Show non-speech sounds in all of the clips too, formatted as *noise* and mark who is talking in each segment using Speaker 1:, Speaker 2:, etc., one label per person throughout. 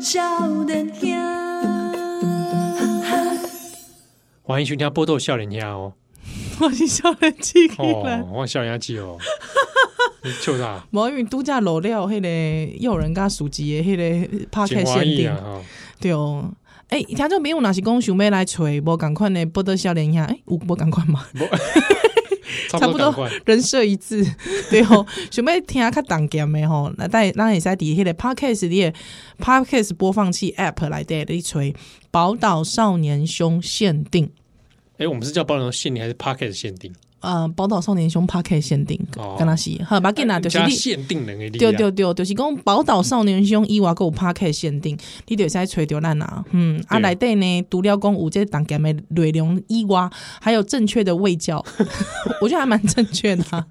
Speaker 1: 少年兄，
Speaker 2: 欢迎收听波豆笑脸鸭
Speaker 3: *laughs*
Speaker 2: 哦，
Speaker 3: 我是少年气起来
Speaker 2: *laughs* 哦，。我笑脸鸭记
Speaker 3: *laughs*
Speaker 2: 哦，你笑啥？
Speaker 3: 无因为拄则落了迄个诱人甲熟记的迄个拍
Speaker 2: 简
Speaker 3: 客
Speaker 2: 华
Speaker 3: 限
Speaker 2: 义
Speaker 3: 定
Speaker 2: 啊，
Speaker 3: *laughs*
Speaker 2: 哈，
Speaker 3: 对。诶、听众朋友若是讲想要来揣无共款的报道少年兄，诶、有无共款嘛？
Speaker 2: 差
Speaker 3: 差
Speaker 2: 不
Speaker 3: 不
Speaker 2: 多
Speaker 3: 多
Speaker 2: 赶快，
Speaker 3: *laughs* 人设一致， *laughs* 对哦。想要听较重点的吼，那咱咱会使伫迄个 podcast 里的 podcast 播放器 app 来底你揣《宝岛少年兄》限定，
Speaker 2: 哎，我们是叫包容限定还是 Pocket 限定？
Speaker 3: 呃，《宝岛少年兄》podcast 限定，
Speaker 2: 哦
Speaker 3: 敢若是好，要紧啦，就是
Speaker 2: 加
Speaker 3: 你。
Speaker 2: 限定人的力啊
Speaker 3: 对
Speaker 2: 量，
Speaker 3: 对对，就是讲宝岛少年兄伊外还有 p a r 限定，你就会使揣着咱啊。嗯，啊
Speaker 2: 对
Speaker 3: 内底呢，除了讲有这档节的内容以外，还有正确的喂
Speaker 2: *laughs*
Speaker 3: 教，我觉得还蛮正确的、啊。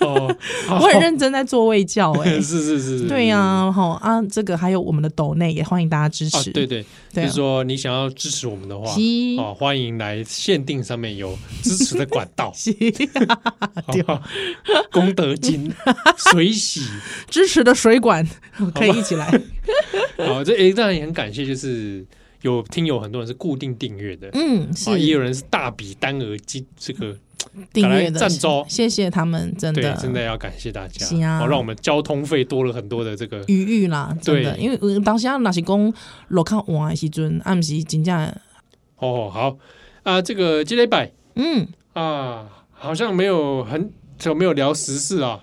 Speaker 2: 哦， *laughs* 好
Speaker 3: 我很认真在做喂教哎、
Speaker 2: *laughs* 是是是是，
Speaker 3: 对呀、好啊，这个还有我们的抖内也欢迎大家支
Speaker 2: 啊
Speaker 3: 持。，
Speaker 2: 对对，就
Speaker 3: 对啊
Speaker 2: 是说你想要支持我们的话，
Speaker 3: 是，
Speaker 2: 哦，欢迎来限定上面有支持的管道
Speaker 3: *laughs* 是
Speaker 2: 好不好？功德
Speaker 3: *laughs*
Speaker 2: 金、水洗，
Speaker 3: 支持的
Speaker 2: *laughs*
Speaker 3: 水管可以一起来。
Speaker 2: 好，哦这诶，当然也很感谢，就是有听友很多人是固定订阅的，
Speaker 3: 嗯，
Speaker 2: 啊，也有
Speaker 3: 是
Speaker 2: 人是大笔单额金，这个
Speaker 3: 订
Speaker 2: 来
Speaker 3: 阅的
Speaker 2: 赞助
Speaker 3: 谢谢他们，真
Speaker 2: 对
Speaker 3: 的，
Speaker 2: 真的要感谢大家，
Speaker 3: 是啊
Speaker 2: 哦，让我们交通费多了很多的这个，
Speaker 3: 余裕啦，真的，
Speaker 2: 对
Speaker 3: 因为有当时啊，若是讲落较晚的时阵，啊，毋是真正，
Speaker 2: 哦，好啊，这个积累百
Speaker 3: 嗯
Speaker 2: 啊，好像没有很久没有聊时事啊，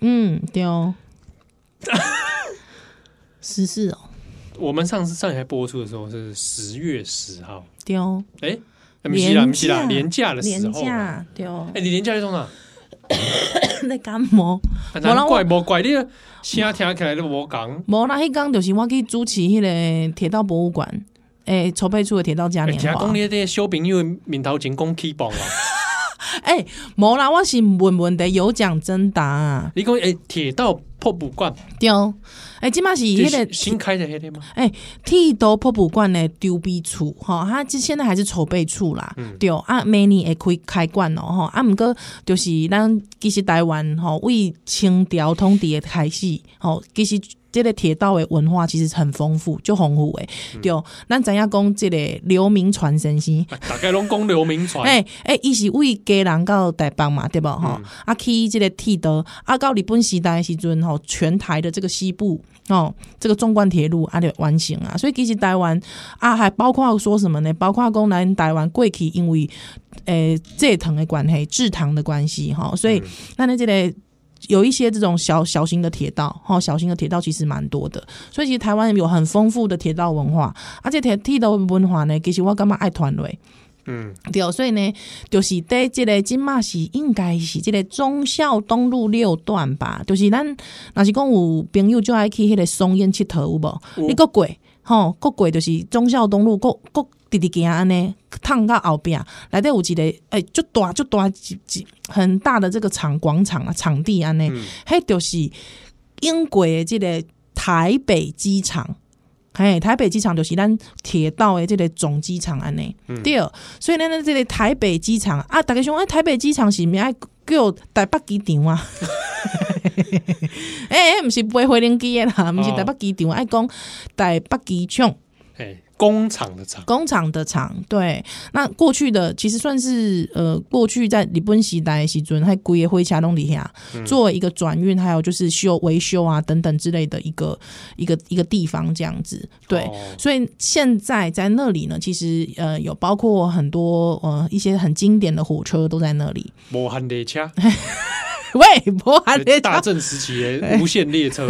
Speaker 3: 嗯，对 *laughs* 哦，十四哦，
Speaker 2: 我们上次上一台播出的时候是十月十号，
Speaker 3: 对哦，
Speaker 2: 哎，啊不是啦，
Speaker 3: 廉
Speaker 2: 不是啦，
Speaker 3: 价
Speaker 2: 廉价的时
Speaker 3: 廉
Speaker 2: 候啊啦，
Speaker 3: 价对 *coughs* 哦
Speaker 2: 哎，，你廉价在弄哪？
Speaker 3: 咧感冒，
Speaker 2: 啊
Speaker 3: 没啦
Speaker 2: 难
Speaker 3: 我
Speaker 2: 怪，莫怪你的声听起来都无讲。
Speaker 3: 无啦，迄工就是我去主持迄个铁道博物馆，诶，筹备出的铁道嘉
Speaker 2: 哎
Speaker 3: 年
Speaker 2: 听讲
Speaker 3: 华
Speaker 2: 你，那个小朋友的面头前讲 keyboard 啊，
Speaker 3: 诶，无啦，我是问问的有奖征答啊，
Speaker 2: 你讲哎铁道博物馆，
Speaker 3: 对哦，诶，即嘛是
Speaker 2: 这
Speaker 3: 迄
Speaker 2: 是
Speaker 3: 个
Speaker 2: 新开的那个吗？
Speaker 3: 剃刀博物馆的丢逼处，吼，它这现在还是筹备处啦，
Speaker 2: 嗯
Speaker 3: 对啊，每年会开开馆哦，吼，啊，毋过就是咱其实台湾吼，为清朝统治的开始，吼，其实这个铁道的文化其实很丰富，就丰富诶，对，咱知影讲这个流民传先生。
Speaker 2: 啊大概拢讲流民传，
Speaker 3: 诶诶，哎伊、是为家人到台北嘛，对无吼、
Speaker 2: 嗯
Speaker 3: 啊，去即个铁道，啊，到日本时代的时阵吼，全台的这个西部哦，这个纵贯铁路啊，就完成啊。所以其实台湾啊，还包括说什么呢？包括讲咱台湾过去因为诶蔗糖的关系、制糖的关系吼、所以
Speaker 2: 嗯
Speaker 3: 那那这个。有一些这种小小型的铁道，哈、小型的铁道其实蛮多的，所以其实台湾有很丰富的铁道文化，而且铁铁道文化呢，其实我感觉爱团队，
Speaker 2: 嗯，
Speaker 3: 对，所以呢，就是在即个金马是应该是即个忠孝东路六段吧，就是咱若是讲有朋友就爱去迄个松烟佚佗有无？
Speaker 2: 有
Speaker 3: 你个过吼，个过就是忠孝东路，个个直直行安尼，趟到后壁，内底有一个诶，足、大足大一一很大的这个场广场啊，场地安尼，
Speaker 2: 嗯
Speaker 3: 迄、就是英国的即个台北机场。嘿，台北机场就是咱铁道的这个总机场安尼，
Speaker 2: 嗯
Speaker 3: 对，所以咱咱这个台北机场啊，大家想啊，台北机场是毋是爱叫台北机
Speaker 2: *laughs*
Speaker 3: 场啊？ *laughs* 诶、欸，毋是飞火轮机的啦，毋是
Speaker 2: 哦
Speaker 3: 台北机场，爱讲台北机场
Speaker 2: 哎，工厂的厂，
Speaker 3: 工厂的厂。对，那过去的其实算是呃，过去在日本时代的时阵，还规个灰车拢底下作为一个转运，还有就是修维修啊等等之类的一个一个一个地方这样子。对，
Speaker 2: 哦
Speaker 3: 所以现在在那里呢，其实呃有包括很多呃一些很经典的火车都在那里。 *laughs*
Speaker 2: 无限列车，
Speaker 3: 喂，波含列车
Speaker 2: 大正时期的无限列车，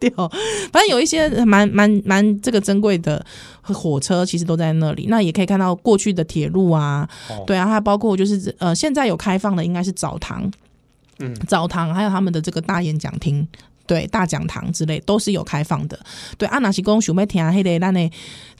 Speaker 3: 对哦，反正有一些蛮蛮蛮这个珍贵的火车，其实都在那里。那也可以看到过去的铁路啊，
Speaker 2: 哦
Speaker 3: 对啊，还包括就是呃现在有开放的应该是澡堂，
Speaker 2: 嗯
Speaker 3: 澡堂还有他们的这个大演讲厅。对大讲堂之类都是有开放的，对啊，若是公想要听迄个咱的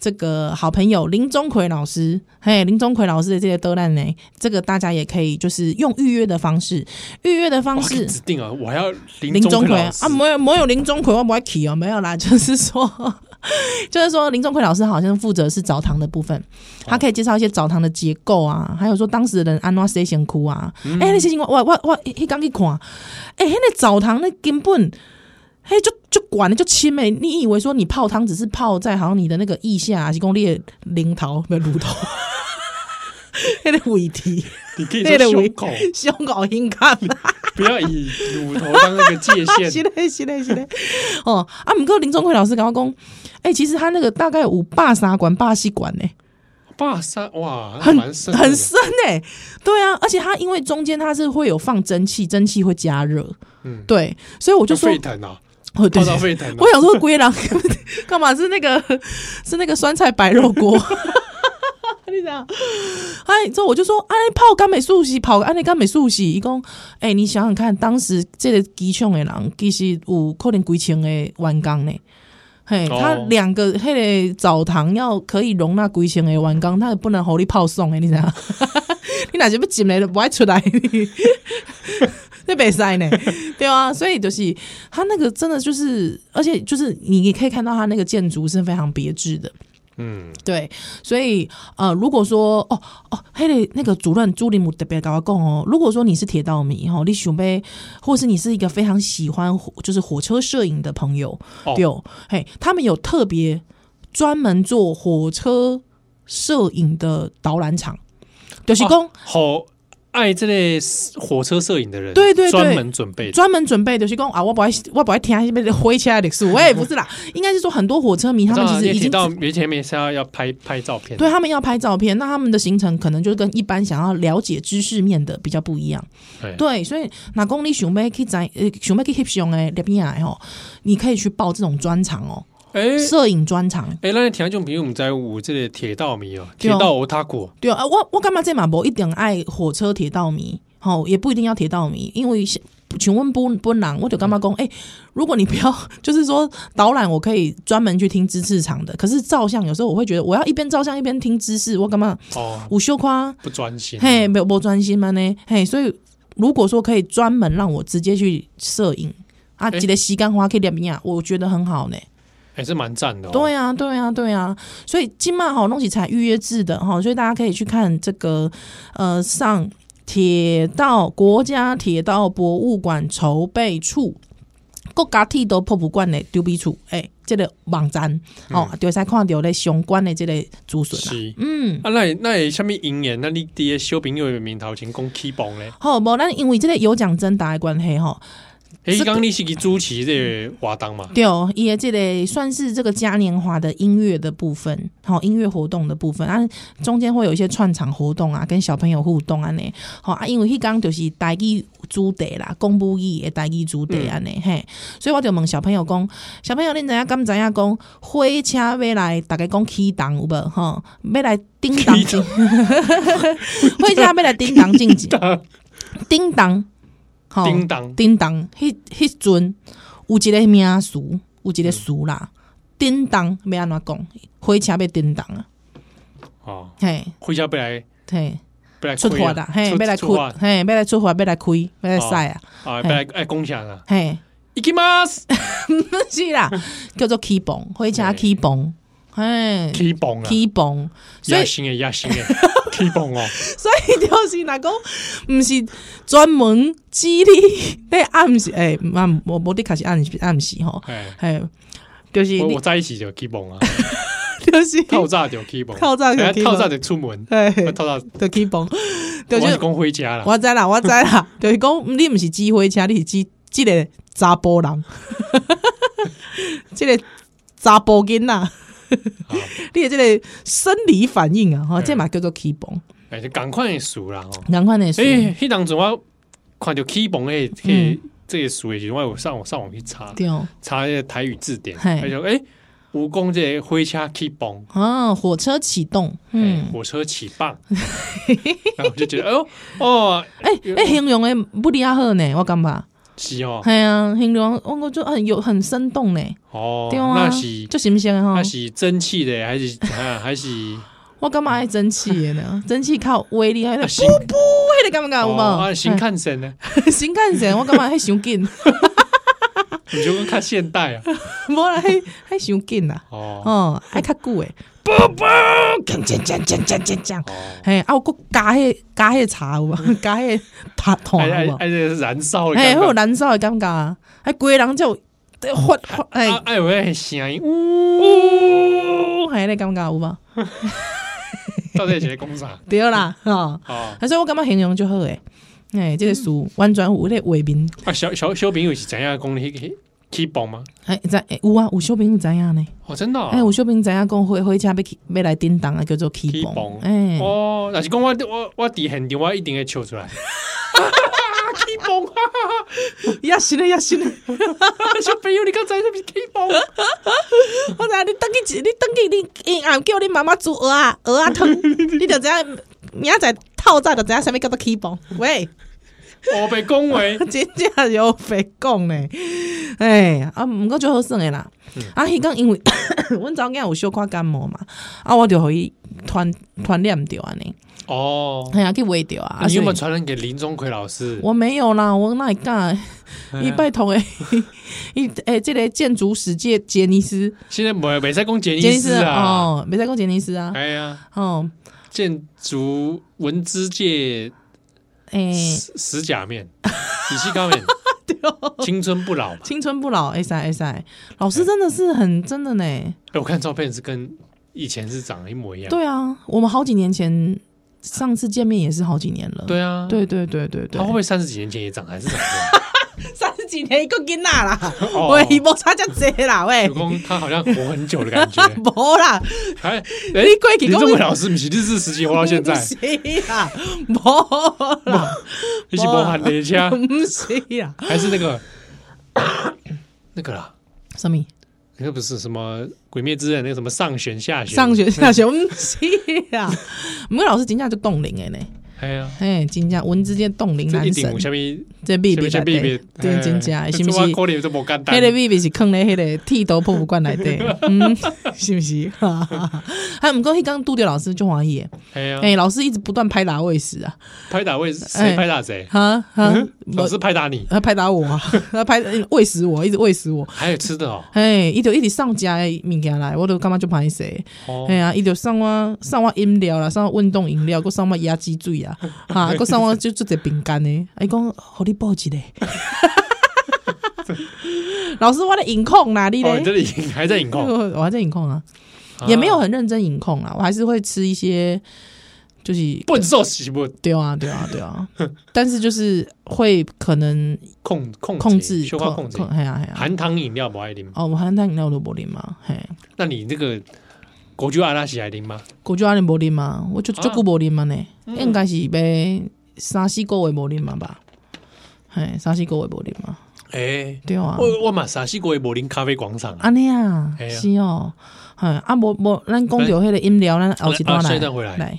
Speaker 3: 这个好朋友林钟奎老师，嘿，林钟奎老师的这些都咱呢，这个大家也可以就是用预约的方式，预约的 *laughs* 方
Speaker 2: 哇
Speaker 3: 式，
Speaker 2: 指定啊，我还要林
Speaker 3: 林
Speaker 2: 中
Speaker 3: 钟
Speaker 2: 奎
Speaker 3: 奎
Speaker 2: 老师
Speaker 3: 啊，没有没有林钟奎，我不会去哦，没有啦，就是说， *laughs* 就是说林钟奎老师好像负责是澡堂的部分，他可以介绍一些澡堂的结构啊，还有说当时的人安怎洗身躯啊，哎、那些情况，我我我，迄刚去看，哎、那个澡堂那根本。嘿，就就管了，就亲呗。你以为说你泡汤只是泡在好像你的那个腋下、啊，是讲你的零头、没有乳头， *laughs* 那个尾 *laughs* 蹄、
Speaker 2: 你可以
Speaker 3: 那
Speaker 2: 说
Speaker 3: 个
Speaker 2: 胸
Speaker 3: 尾
Speaker 2: 口，
Speaker 3: 胸口硬看啊，
Speaker 2: 不要以乳头当那个界
Speaker 3: *laughs* 是
Speaker 2: 限。
Speaker 3: 嘞是嘞是嘞。哦，啊，毋过林宗奎老师跟我讲，哎、其实他那个大概有霸三管、霸四管呢、
Speaker 2: 哇塞，哇，
Speaker 3: 很
Speaker 2: 蛮深的，
Speaker 3: 很深哎、对啊，而且它因为中间它是会有放蒸汽，蒸汽会加热，
Speaker 2: 嗯
Speaker 3: 对，所以我就
Speaker 2: 就
Speaker 3: 说
Speaker 2: 沸，腾啊，
Speaker 3: 哦，对
Speaker 2: 泡，到沸腾啊
Speaker 3: 我，想说龟狼 *laughs* 干嘛是那个是那个酸菜白肉锅，你讲，哎，之后我就说，哎，泡干美素洗，泡安啊尼干美素洗，伊讲，哎、你想想看，当时这个机场的人其实有可能几千的员工呢。嘿，
Speaker 2: 哦
Speaker 3: 他两个迄个澡堂要可以容纳几千个员工，他也不能互你泡送诶，你知影？ *laughs* 你哪是要进来就不爱出来， *laughs* 那袂使呢，对啊，所以就是他那个真的就是，而且就是你也可以看到他那个建筑是非常别致的，
Speaker 2: 嗯，
Speaker 3: 对，所以呃，如果说哦哦，黑嘞那个主任朱林姆特别跟我讲哦，如果说你是铁道迷哦，你想呗，或是你是一个非常喜欢火就是火车摄影的朋友，
Speaker 2: 哦
Speaker 3: 对，嘿，他们有特别专门做火车摄影的导览场，就是
Speaker 2: 哦
Speaker 3: 讲。
Speaker 2: 好爱这类火车摄影的人，
Speaker 3: 对对对
Speaker 2: 专门准备的，
Speaker 3: 专门准备就是讲啊，我不爱我不爱听那边火车的历史，我也不是啦，
Speaker 2: *laughs*
Speaker 3: 应该是说很多火车迷他们
Speaker 2: 我知道
Speaker 3: 其实
Speaker 2: 你提
Speaker 3: 已经
Speaker 2: 到以前面是要要拍拍照片，
Speaker 3: 对他啊们要拍照片，那他们的行程可能就跟一般想要了解知识面的比较不一样。
Speaker 2: 对
Speaker 3: 对，所以哪公你想要去在呃想要去翕相诶，摄影诶吼，你可以去报这种专场哦，
Speaker 2: 哎
Speaker 3: 摄影专场。
Speaker 2: 哎，那听众朋友，我们在我这个铁道迷哦，
Speaker 3: 对
Speaker 2: 铁
Speaker 3: 哦
Speaker 2: 道欧他果，
Speaker 3: 对啊，我我干嘛这嘛无一定爱火车铁道迷，吼、也不一定要铁道迷，因为像请问不不朗，我就干嘛
Speaker 2: 嗯
Speaker 3: 讲，哎、如果你不要，就是说导览，我可以专门去听知识场的，可是照相有时候我会觉得，我要一边照相一边听知识，我干嘛
Speaker 2: 哦，
Speaker 3: 午休夸，
Speaker 2: 不专心，哦
Speaker 3: 嘿，没有不专心嘛呢，嘿，所以如果说可以专门让我直接去摄影。啊，
Speaker 2: 哎
Speaker 3: 记得西干花可以点啊，我觉得很好呢。
Speaker 2: 还是蛮赞的哦，
Speaker 3: 对啊，对啊，对啊，所以金马好弄起才预约制的哈，所以大家可以去看这个呃上铁道国家铁道博物馆筹备处。国家铁道博物馆的丢比处，诶、这个网站、哦，就会使看到咧相关的这个资讯
Speaker 2: 嗯
Speaker 3: 啊。
Speaker 2: 是。
Speaker 3: 嗯，
Speaker 2: 啊，那你那你下面引言，那你伫个小朋友的面头前讲 k e y b o 咧？
Speaker 3: 好，无咱因为这个有奖征答的关系吼，
Speaker 2: 哎，
Speaker 3: 这个
Speaker 2: 刚刚你是去主持这个活动嘛？
Speaker 3: 对哦，伊的这个算是这个嘉年华的音乐的部分，好、音乐活动的部分啊，中间会有一些串场活动啊，跟小朋友互动啊呢，好、啊，因为迄刚就是台语主题啦，公布语的台语主题安尼、嘿，所以我就问小朋友讲，小朋友恁知影敢知影讲火车要来，大概讲起动有无吼，要来叮当
Speaker 2: 起
Speaker 3: 进， *laughs* 火车要来叮当进进，叮当，吼
Speaker 2: 叮当，
Speaker 3: 叮当，迄迄阵有一个名词，有一个词啦。叮当要安怎讲？火车要叮当啊！
Speaker 2: 哦，
Speaker 3: 嘿，
Speaker 2: 回家不来
Speaker 3: 嘿，
Speaker 2: 不来
Speaker 3: 出
Speaker 2: 开
Speaker 3: 发
Speaker 2: 啊
Speaker 3: 啦，嘿，要来开
Speaker 2: 出发，
Speaker 3: 嘿，要来出发，要来开，要来赛啊！
Speaker 2: 啊，不来哎共享啊，
Speaker 3: 嘿， *laughs*
Speaker 2: 行きます
Speaker 3: 是啦，叫做起蹦，火车起蹦，嘿，
Speaker 2: k e y b o 啊，
Speaker 3: 起蹦， *laughs* 所以
Speaker 2: 野心诶，野
Speaker 3: *laughs*
Speaker 2: 心诶 k e y b o 哦，
Speaker 3: 所以就是若讲，毋是专门激励 *laughs* 咧暗时，诶，嘛无无的确是暗时暗时吼，
Speaker 2: 哎，
Speaker 3: 嘿，就是
Speaker 2: 我
Speaker 3: 你
Speaker 2: 我在一起就 k e y b o 啊，
Speaker 3: *laughs* 就是
Speaker 2: 套炸就 k e y b o
Speaker 3: *laughs* 透早就起蹦
Speaker 2: 套炸就出门，啊
Speaker 3: 嘿。
Speaker 2: 套炸
Speaker 3: 就起
Speaker 2: *laughs*
Speaker 3: 蹦，就
Speaker 2: 我是
Speaker 3: 是
Speaker 2: 讲回家啦，
Speaker 3: 我知啦，我知啦，就是讲你毋是指挥车，你是指即个查甫人，即个查甫囡仔，
Speaker 2: 啊，
Speaker 3: 你的即个生理反应啊，吼，
Speaker 2: 嗯
Speaker 3: 这嘛叫做起蹦，
Speaker 2: 哎，就赶快数啦哦，
Speaker 3: 难怪你
Speaker 2: 哎
Speaker 3: 说，，
Speaker 2: 迄当阵我看到 k e y b o 诶，迄这个数诶时候，我有上网上网去查
Speaker 3: 嗯对哦，
Speaker 2: 查那个台语字典，
Speaker 3: 嘿
Speaker 2: 哎就哎，蜈蚣这个火车 k e y b o
Speaker 3: 啊，火车启动，
Speaker 2: 嗯，
Speaker 3: 嗯，
Speaker 2: 火车起
Speaker 3: *laughs*
Speaker 2: 棒，然后我就觉得，哎呦，哦，
Speaker 3: 哎哎，形容的不离啊好呢，我感觉，
Speaker 2: 是哦，
Speaker 3: 系啊，形容我我就很有很生动呢，
Speaker 2: 哦，
Speaker 3: 对啊哦
Speaker 2: 那是，
Speaker 3: 就新鲜的吼
Speaker 2: 那，是蒸汽的，还是啊还是
Speaker 3: 我感觉爱蒸汽的呢，蒸汽靠威力，还有
Speaker 2: 啊
Speaker 3: 那
Speaker 2: 新
Speaker 3: 个感觉有
Speaker 2: 哦啊
Speaker 3: 无？
Speaker 2: 新看神呢？
Speaker 3: *laughs* 新干线，我感觉迄伤紧， *laughs*
Speaker 2: 你就看现代啊，
Speaker 3: 无啦，迄迄伤紧啦。
Speaker 2: 哦
Speaker 3: *laughs* 哦，爱较久诶，啵啵，锵锵锵锵锵锵锵，
Speaker 2: 哦，
Speaker 3: 嘿，啊，我搁加迄加迄茶有无？ *laughs* 加迄塔糖
Speaker 2: 哎哎
Speaker 3: 有无？
Speaker 2: 哎，这是燃烧的
Speaker 3: 哦嘿，
Speaker 2: 感
Speaker 3: 会有
Speaker 2: 觉，
Speaker 3: 燃烧诶感觉啊！哎，规人就对，换换哎，
Speaker 2: 啊，哎喂，声音，
Speaker 3: 呜，还咧感觉有无？
Speaker 2: 到底是在讲啥？
Speaker 3: 对啦，哈，
Speaker 2: 哦，
Speaker 3: 所以我感觉形容就好诶。哎，这个书完全有迄个画面，
Speaker 2: 啊，小小小朋友是怎样讲的？去去蹦吗？
Speaker 3: 哎，知哎有啊，有小朋友知影呢？
Speaker 2: 哦，真的哦，
Speaker 3: 哎，有小朋友知影讲火火车要起要来叮当啊，叫做起
Speaker 2: 起蹦
Speaker 3: 蹦。哎，
Speaker 2: 哦，若是讲我我我伫现场，我一定会笑出
Speaker 3: *laughs*
Speaker 2: 来。K 崩啊！
Speaker 3: 也是咧，也是咧。
Speaker 2: 小朋友，你刚才是不是 K 崩？
Speaker 3: 我知你等去，你等去，你因暗叫你妈妈煮蚵啊蚵啊
Speaker 2: *laughs*
Speaker 3: 汤，你就知影明仔载透早就知影啥物叫做起蹦。喂， *laughs*
Speaker 2: 我被恭维，
Speaker 3: 真正有白讲呢。哎啊，毋过就好耍诶啦。
Speaker 2: 嗯
Speaker 3: 啊，迄工因为 *coughs* 阮查某囝有小可感冒嘛，啊，我就互伊传传染着安尼，
Speaker 2: 哦，
Speaker 3: 哎呀去喂着啊。啊
Speaker 2: 你有没有
Speaker 3: 所以
Speaker 2: 传哎染给林钟奎老师？
Speaker 3: 我没有啦，我哪会敢？伊拜托 *laughs* 诶，伊诶，即个建筑史界杰尼斯，
Speaker 2: 现在没没在讲杰
Speaker 3: 杰
Speaker 2: 尼
Speaker 3: 尼斯
Speaker 2: 斯啊，
Speaker 3: 哦，袂使讲杰尼斯啊，
Speaker 2: 哎呀，
Speaker 3: 哦，
Speaker 2: 建筑文之界
Speaker 3: 诶、
Speaker 2: 死死假面，底气
Speaker 3: *laughs*
Speaker 2: 高面，
Speaker 3: 哦
Speaker 2: 青春不老嘛。
Speaker 3: 青春不老，S I S I，老师真的是很真的呢。
Speaker 2: 哎，我看照片是跟以前是长得一模一样。
Speaker 3: 对啊，我们好几年前上次见面也是好几年了。
Speaker 2: 对啊，
Speaker 3: 对对对对
Speaker 2: 他会不
Speaker 3: 对，
Speaker 2: 会三十几年前也长得还是长这
Speaker 3: 三十几年一个囡仔啦， *laughs*
Speaker 2: 样？哦
Speaker 3: 喂，无差遮济啦，喂
Speaker 2: 有，讲他好像活很久的感
Speaker 3: *laughs*
Speaker 2: 觉。
Speaker 3: 无啦，
Speaker 2: 哎，哎
Speaker 3: 你过去
Speaker 2: 林
Speaker 3: 讲
Speaker 2: 宗伟老师不是日治时期活到现在
Speaker 3: 不，是啦，无啦，
Speaker 2: 一起包含一下，
Speaker 3: *laughs* 不是啦，
Speaker 2: 还是那个那个啦，
Speaker 3: 什么？
Speaker 2: 那个不是什么《鬼灭之刃》那个什么上弦下弦？
Speaker 3: 上学下学，不是啦，我们老师真正就冻龄的呢，
Speaker 2: 哎呀，
Speaker 3: 嘿，真正文之间冻龄
Speaker 2: 这一
Speaker 3: 男
Speaker 2: 定
Speaker 3: 神
Speaker 2: 有，下面
Speaker 3: 这秘密
Speaker 2: 下面
Speaker 3: 对，对，真正是不
Speaker 2: 哎这我
Speaker 3: 是？
Speaker 2: 可能都无简
Speaker 3: 迄个
Speaker 2: 单。
Speaker 3: 秘密是囥咧迄个剃头博物馆
Speaker 2: *laughs*
Speaker 3: 内底，嗯，是毋是？哈哈哈啊，毋过迄工拄着老师就欢喜的，
Speaker 2: 哎呀，
Speaker 3: 诶、老师一直不断拍打我死啊，
Speaker 2: 拍打为谁
Speaker 3: 哎
Speaker 2: 拍打谁？
Speaker 3: 哈哈，
Speaker 2: 老
Speaker 3: 无
Speaker 2: 师拍打你，
Speaker 3: 他拍打我啊，他拍喂死我，一直喂死我。
Speaker 2: 还有吃的哦。
Speaker 3: 嘿，伊就一直送食的物件来，我都感觉就歹势。
Speaker 2: 哦
Speaker 3: 哎，呀，伊就送我送我饮料啦，送我运动饮料，佮送我椰子水啊，哈，佮送我就做者饼干呢。啊伊讲，互你报
Speaker 2: *laughs*
Speaker 3: 一个。老师，我咧隐控啦，你
Speaker 2: 哦，
Speaker 3: 咧
Speaker 2: 你。这里影还在影
Speaker 3: *laughs*
Speaker 2: 控，
Speaker 3: 我我还在饮控啊，
Speaker 2: 啊
Speaker 3: 也没有很认真饮控啊，我还是会吃一些，就是
Speaker 2: 笨兽喜不
Speaker 3: 对啊对啊
Speaker 2: *laughs*
Speaker 3: 对啊，但是就是会可能
Speaker 2: 控控
Speaker 3: 控制
Speaker 2: 修化控制。
Speaker 3: 哎呀哎呀，
Speaker 2: 含糖饮料不爱啉，
Speaker 3: 哦，我含糖饮料都不啉嘛，嘿，
Speaker 2: 那你这个国酒阿拉喜爱啉吗？
Speaker 3: 果酒阿啉不啉嘛，我就
Speaker 2: 啊
Speaker 3: 就久不啉嘛呢，
Speaker 2: 嗯
Speaker 3: 应该是呗三四个月不啉嘛吧，嘿，三四个月不啉嘛，
Speaker 2: 哎，
Speaker 3: 对啊，
Speaker 2: 我我嘛傻西国也无啉咖啡广场啊。
Speaker 3: 安尼啊，
Speaker 2: 嘿啊哎
Speaker 3: 是哦，嘿，啊无无，咱讲着迄个饮料，咱后一段
Speaker 2: 啊下
Speaker 3: 来
Speaker 2: 一段回来
Speaker 3: 来。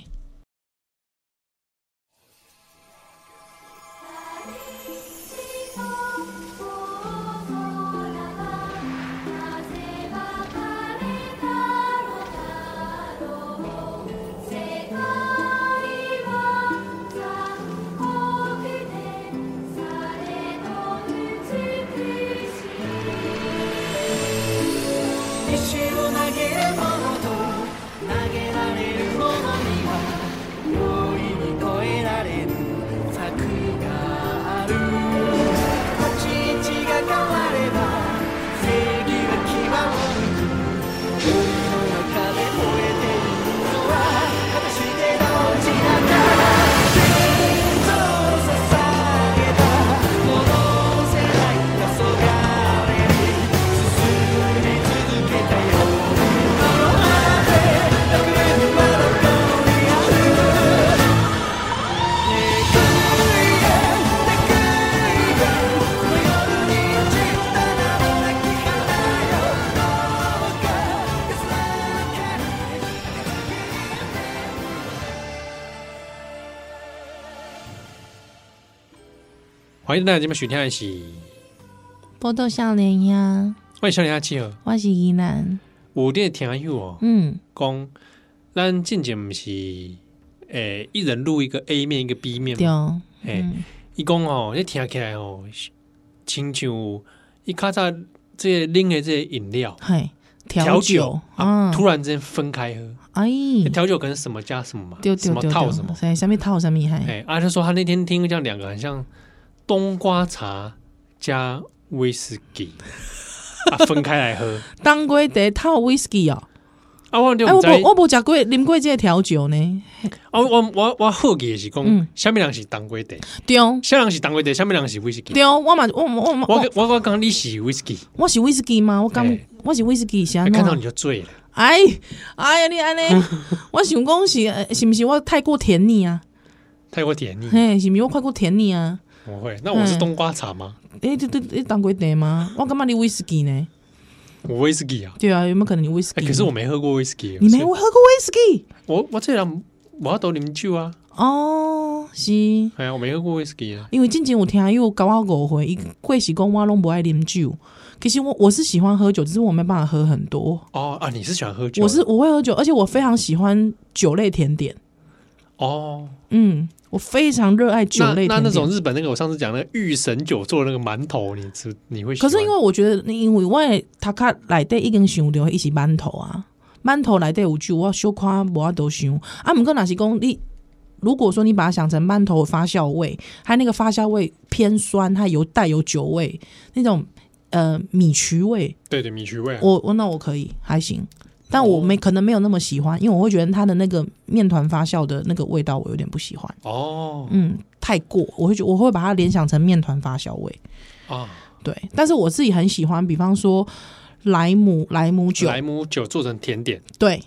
Speaker 1: 石を投げるものと投げられるものには容易に越えられる策がある立ち位置が変われば正義は際を抜く海の中で吠えているのは果たしてどちらか天と捧げた戻せない黄昏に進み続けたよ
Speaker 2: 欢迎大家今晚收听的是《
Speaker 3: 波多少年呀，
Speaker 2: 欢迎少年阿七儿》，
Speaker 3: 我是伊南。
Speaker 2: 有的听友哦，
Speaker 3: 嗯，
Speaker 2: 讲咱进前不是诶、一人录一个 A 面一个 B 面
Speaker 3: 对，
Speaker 2: 嘛，诶、
Speaker 3: 嗯，
Speaker 2: 伊讲哦，你听起来哦，亲像伊较早这个啉的这个饮料
Speaker 3: 嗨，
Speaker 2: 调
Speaker 3: 调酒
Speaker 2: 啊，
Speaker 3: 啊，
Speaker 2: 突然之间分开喝，
Speaker 3: 哎，
Speaker 2: 调酒可能什么加什么嘛，
Speaker 3: 丢
Speaker 2: 什
Speaker 3: 丢
Speaker 2: 么
Speaker 3: 丢
Speaker 2: 套
Speaker 3: 丢
Speaker 2: 什么，
Speaker 3: 哎，下面套什么嗨？
Speaker 2: 哎、啊，他说他那天听这样两个很像冬瓜茶加威士忌，
Speaker 3: *laughs*
Speaker 2: 啊分开来喝。
Speaker 3: 当归得套 whisky 哦，
Speaker 2: 啊，我就
Speaker 3: 哎，我
Speaker 2: 不知道
Speaker 3: 无我无食过，啉过这个调酒呢，
Speaker 2: 啊，我我我好奇的是讲，
Speaker 3: 嗯
Speaker 2: 下面人是当归茶，
Speaker 3: 对哦
Speaker 2: 下面人是当归茶，下面人是 whisky。
Speaker 3: 对，哦我嘛我我我
Speaker 2: 我
Speaker 3: 我
Speaker 2: 我我讲你是 whisky，
Speaker 3: 我是 whisky 吗？我感
Speaker 2: 哎
Speaker 3: 我是 whisky 是安
Speaker 2: 看到
Speaker 3: 怎？
Speaker 2: 你就醉了。
Speaker 3: 哎哎呀，你安
Speaker 2: *laughs*
Speaker 3: 尼，我想讲是呃是毋是我太过甜腻啊？
Speaker 2: 太过甜腻，
Speaker 3: 嘿，是毋是我太过甜腻啊？
Speaker 2: 我会。那我是冬瓜茶吗？
Speaker 3: 诶，这这这当归茶吗？我感觉你 whisky 呢？
Speaker 2: 我 whisky 啊，
Speaker 3: 对啊，有没有可能你 whisky？
Speaker 2: 哎，可是我没喝过 whisky，
Speaker 3: 你没
Speaker 2: 所以
Speaker 3: 喝过 whisky
Speaker 2: 我我这人我要都啉酒啊，
Speaker 3: 哦，是。
Speaker 2: 哎呀，我没喝过 whisky 啊。
Speaker 3: 因为之前有听有甲我误会，伊贵是讲我拢不爱啉酒，其实我我是喜欢喝酒，只是我没办法喝很多。
Speaker 2: 哦啊，你是喜欢喝酒的？
Speaker 3: 我是我会喝酒，而且我非常喜欢酒类甜点。
Speaker 2: 哦，
Speaker 3: 嗯，我非常热爱酒
Speaker 2: 那
Speaker 3: 类甜点。
Speaker 2: 那那种日本那个，我上次讲那个御神酒做的那个馒头，你吃你会喜欢？
Speaker 3: 可是因为我觉得，因为我的头壳内底已经想到一是馒头啊，馒头内底有酒，我小看无法度想。啊，毋过若是讲你，如果说你把它想成馒头的发酵味，它那个发酵味偏酸，它有带有酒味，那种呃米曲味，
Speaker 2: 对对米曲味啊，
Speaker 3: 我我那我可以还行。但我没可能没有那么喜欢，因为我会觉得它的那个面团发酵的那个味道，我有点不喜欢。
Speaker 2: 哦
Speaker 3: 嗯，太过，我会觉我会把它联想成面团发酵味。
Speaker 2: 啊，
Speaker 3: 对，但是我自己很喜欢，比方说莱姆莱姆酒，
Speaker 2: 莱姆酒做成甜点，
Speaker 3: 对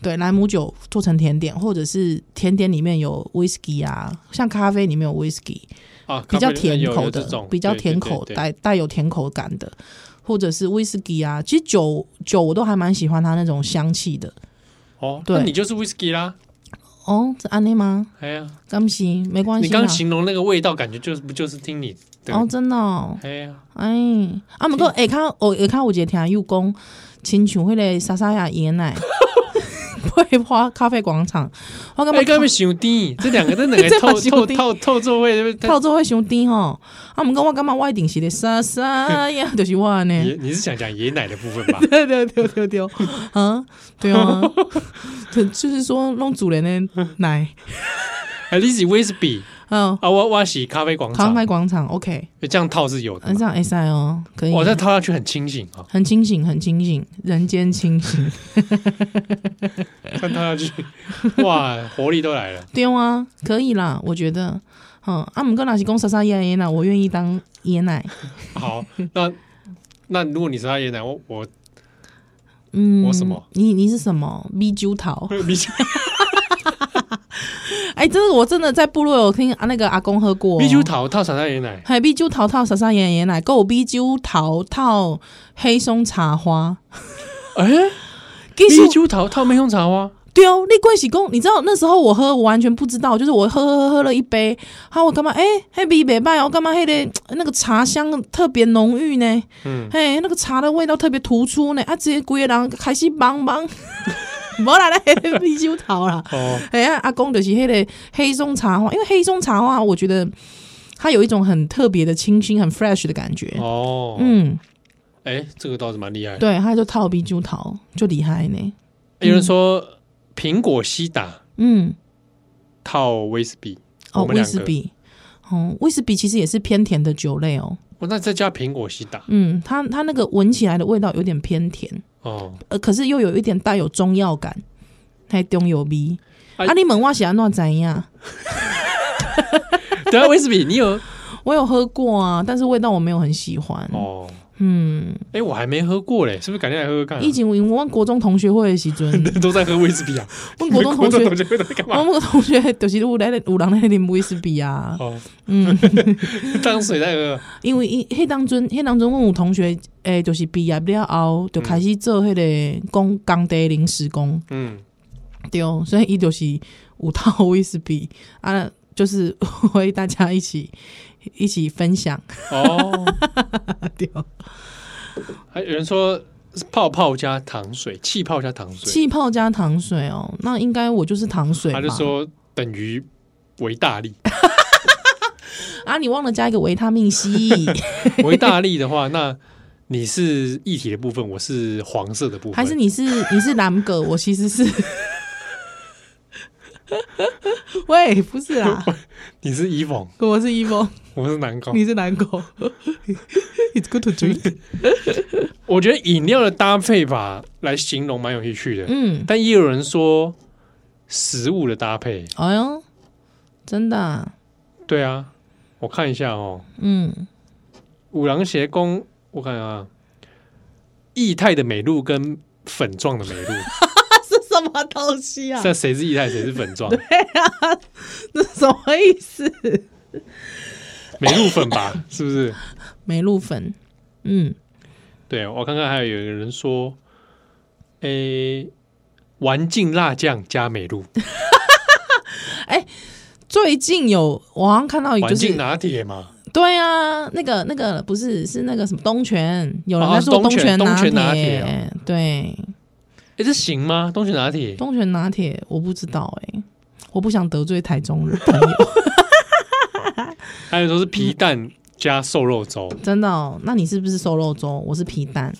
Speaker 3: 对，莱姆酒做成甜点，或者是甜点里面有 whisky 啊，像咖啡里面有 whisky，
Speaker 2: 啊，
Speaker 3: 比较
Speaker 2: 咖啡里面
Speaker 3: 甜
Speaker 2: 有
Speaker 3: 口
Speaker 2: 有这
Speaker 3: 的
Speaker 2: 种，
Speaker 3: 比较
Speaker 2: 对对
Speaker 3: 甜
Speaker 2: 对
Speaker 3: 口
Speaker 2: 对
Speaker 3: 带带有甜口感的，或者是 whisky 啊，其实酒酒我都还蛮喜欢它那种香气的。
Speaker 2: 哦，
Speaker 3: 对
Speaker 2: 那你就是 whisky 啦。
Speaker 3: 哦，是安内吗？
Speaker 2: 哎呀，
Speaker 3: 甘心没关
Speaker 2: 你
Speaker 3: 系啦
Speaker 2: 刚。形容那个味道，感觉就是不就是听你的？
Speaker 3: 哦，真的、哦，
Speaker 2: 哎呀，
Speaker 3: 哎，啊，毋过下骹我下骹有一个听友讲，亲像迄个莎莎亚椰 *laughs* 奶，桂花咖啡广场，我感
Speaker 2: 哎，
Speaker 3: 觉
Speaker 2: 刚
Speaker 3: 靠
Speaker 2: 被想低，这两个这两个
Speaker 3: *laughs* 这嘛
Speaker 2: 透
Speaker 3: 是
Speaker 2: 透
Speaker 3: 有甜
Speaker 2: 透透座位，
Speaker 3: 泡做会伤甜吼。啊，毋过我感觉我一定是咧莎莎呀，就是我呢。？
Speaker 2: 你你是想讲爷奶的部分吧
Speaker 3: *laughs* 对对对
Speaker 2: *laughs*
Speaker 3: 对对，啊，对啊，就就是说弄主人的
Speaker 2: *laughs*
Speaker 3: 奶，
Speaker 2: 哎，你是 whisky
Speaker 3: 嗯，
Speaker 2: 啊，我我是咖啡广
Speaker 3: 咖
Speaker 2: 场
Speaker 3: 啡，广场，OK，
Speaker 2: 这样套是有的
Speaker 3: 嗯，
Speaker 2: 嘛。
Speaker 3: 这样 S I 哦，可以
Speaker 2: 我，这套下去很清醒 *laughs* 啊，
Speaker 3: 很清醒，很清醒，人间清醒。
Speaker 2: 但套下去，哇，活力都来了。
Speaker 3: 对啊，可以啦，我觉得，嗯，啊，姆哥若是讲莎莎爷爷奶，我愿意当爷奶，
Speaker 2: 好，那那如果你是他爷奶，我
Speaker 3: *laughs*
Speaker 2: 我
Speaker 3: 嗯，
Speaker 2: 我什么？
Speaker 3: 你你是什么米酒桃？
Speaker 2: 你
Speaker 3: 哎、这个我真的在部落有听啊那个阿公喝过、哦，
Speaker 2: 米酒，桃套上他爷奶，
Speaker 3: 还米酒桃套莎莎爷爷奶，够米酒桃套黑松茶花，
Speaker 2: 哎，
Speaker 3: 其实
Speaker 2: 米酒桃套梅红茶啊
Speaker 3: *laughs*
Speaker 2: 吗？
Speaker 3: 对哦，立桂喜公，你知道那时候我喝，我完全不知道，就是我喝喝喝喝了一杯，好，我干嘛？哎、黑啤北拜，我干嘛？黑的那个茶香特别浓郁呢，
Speaker 2: 嗯，
Speaker 3: 嘿，那个茶的味道特别突出呢，啊，直接规个人开始茫茫， *laughs* 无啦咧，啤酒头啦。
Speaker 2: 哦，
Speaker 3: 哎呀，阿公就是迄个黑松茶花，因为黑松茶花，我觉得它有一种很特别的清新、很 fresh 的感觉。
Speaker 2: 哦，
Speaker 3: 嗯，
Speaker 2: 哎，这个倒是蛮厉害的。
Speaker 3: 对，它就套啤酒桃，就厉害呢。
Speaker 2: 有人说苹果西打
Speaker 3: 嗯，
Speaker 2: 套威士忌，
Speaker 3: 哦，
Speaker 2: 我们
Speaker 3: 威
Speaker 2: 两
Speaker 3: 士
Speaker 2: 个，
Speaker 3: 忌，哦，威士忌其实也是偏甜的酒类哦。
Speaker 2: 我那再加苹果西打
Speaker 3: 嗯，它它那个闻起来的味道有点偏甜，
Speaker 2: 哦。
Speaker 3: *laughs* 呃，可是又有一点带有中药感，还中药味。
Speaker 2: 啊
Speaker 3: 啊，你问我是安怎知影？
Speaker 2: 对啊，威士忌你有
Speaker 3: 我有喝过啊，但是味道我没有很喜欢。
Speaker 2: 哦？
Speaker 3: 嗯，
Speaker 2: 哎，我还没喝过嘞，是不是改天来喝喝看啊？
Speaker 3: 以前我问国中同学会的时阵，
Speaker 2: *laughs* 都在喝威士忌
Speaker 3: *laughs*
Speaker 2: 啊，
Speaker 3: 问国中同学，
Speaker 2: 学会在干
Speaker 3: 我
Speaker 2: 嘛？
Speaker 3: 们个同学就是有来有人来啉威士忌啊。
Speaker 2: *laughs* 哦，
Speaker 3: 嗯，
Speaker 2: 当水在喝，
Speaker 3: 因为伊迄当阵，迄当阵阮有同学诶、就是毕业了后就开始做迄个工工地临时工，
Speaker 2: 嗯，
Speaker 3: 对，哦所以伊就是有套威士忌啊，就是 *laughs* 会大家一起一起分享，
Speaker 2: 哦，
Speaker 3: 对。
Speaker 2: 还有人说是泡泡加糖水，气泡加糖水，
Speaker 3: 气泡加糖水哦，那应该我就是糖水吧。
Speaker 2: 他就说等于维大力， *laughs*
Speaker 3: 啊，你忘了加一个维他命 *laughs* C，
Speaker 2: 维大力的话，那你是液体的部分，我是黄色的部分，
Speaker 3: 还是你是你是蓝哥？我其实是， *laughs* 喂，不是 *laughs* 啦，
Speaker 2: 你是以往，
Speaker 3: 我是一峰，
Speaker 2: 我是南高，
Speaker 3: 你是蓝狗，哦 *laughs* It's good to drink。
Speaker 2: 我觉得饮料的搭配法来形容蛮有意趣的，
Speaker 3: 嗯，
Speaker 2: 但也有人说食物的搭配，
Speaker 3: 哎呦，真的啊、
Speaker 2: 对啊，我看一下哦，
Speaker 3: 嗯， *laughs*
Speaker 2: 五郎斜宫，我看啊，液态的美露跟粉状的美
Speaker 3: *laughs*
Speaker 2: 露，
Speaker 3: 这什么东西啊？
Speaker 2: 这谁是液态，谁是粉状？
Speaker 3: *laughs* 这什么意思？
Speaker 2: 美露粉吧，是不是？
Speaker 3: 梅露粉，嗯，
Speaker 2: 对我看看，还有有人说，诶、玩劲辣酱加美露，
Speaker 3: 最近有我好像看到，就
Speaker 2: 玩劲
Speaker 3: 是
Speaker 2: 拿铁嘛，
Speaker 3: 对啊，那个那个不是是那个什么东泉，有人
Speaker 2: 哦
Speaker 3: 在做
Speaker 2: 东
Speaker 3: 泉
Speaker 2: 泉东泉
Speaker 3: 拿
Speaker 2: 拿铁啊
Speaker 3: 铁，对，
Speaker 2: 诶、这行吗？东泉拿铁，
Speaker 3: 东泉拿铁我不知道哎，我不想得罪台中人 *laughs* 朋友，
Speaker 2: 还有说是皮蛋加瘦肉粥，
Speaker 3: 真的哦。那你是不是瘦肉粥？我是皮蛋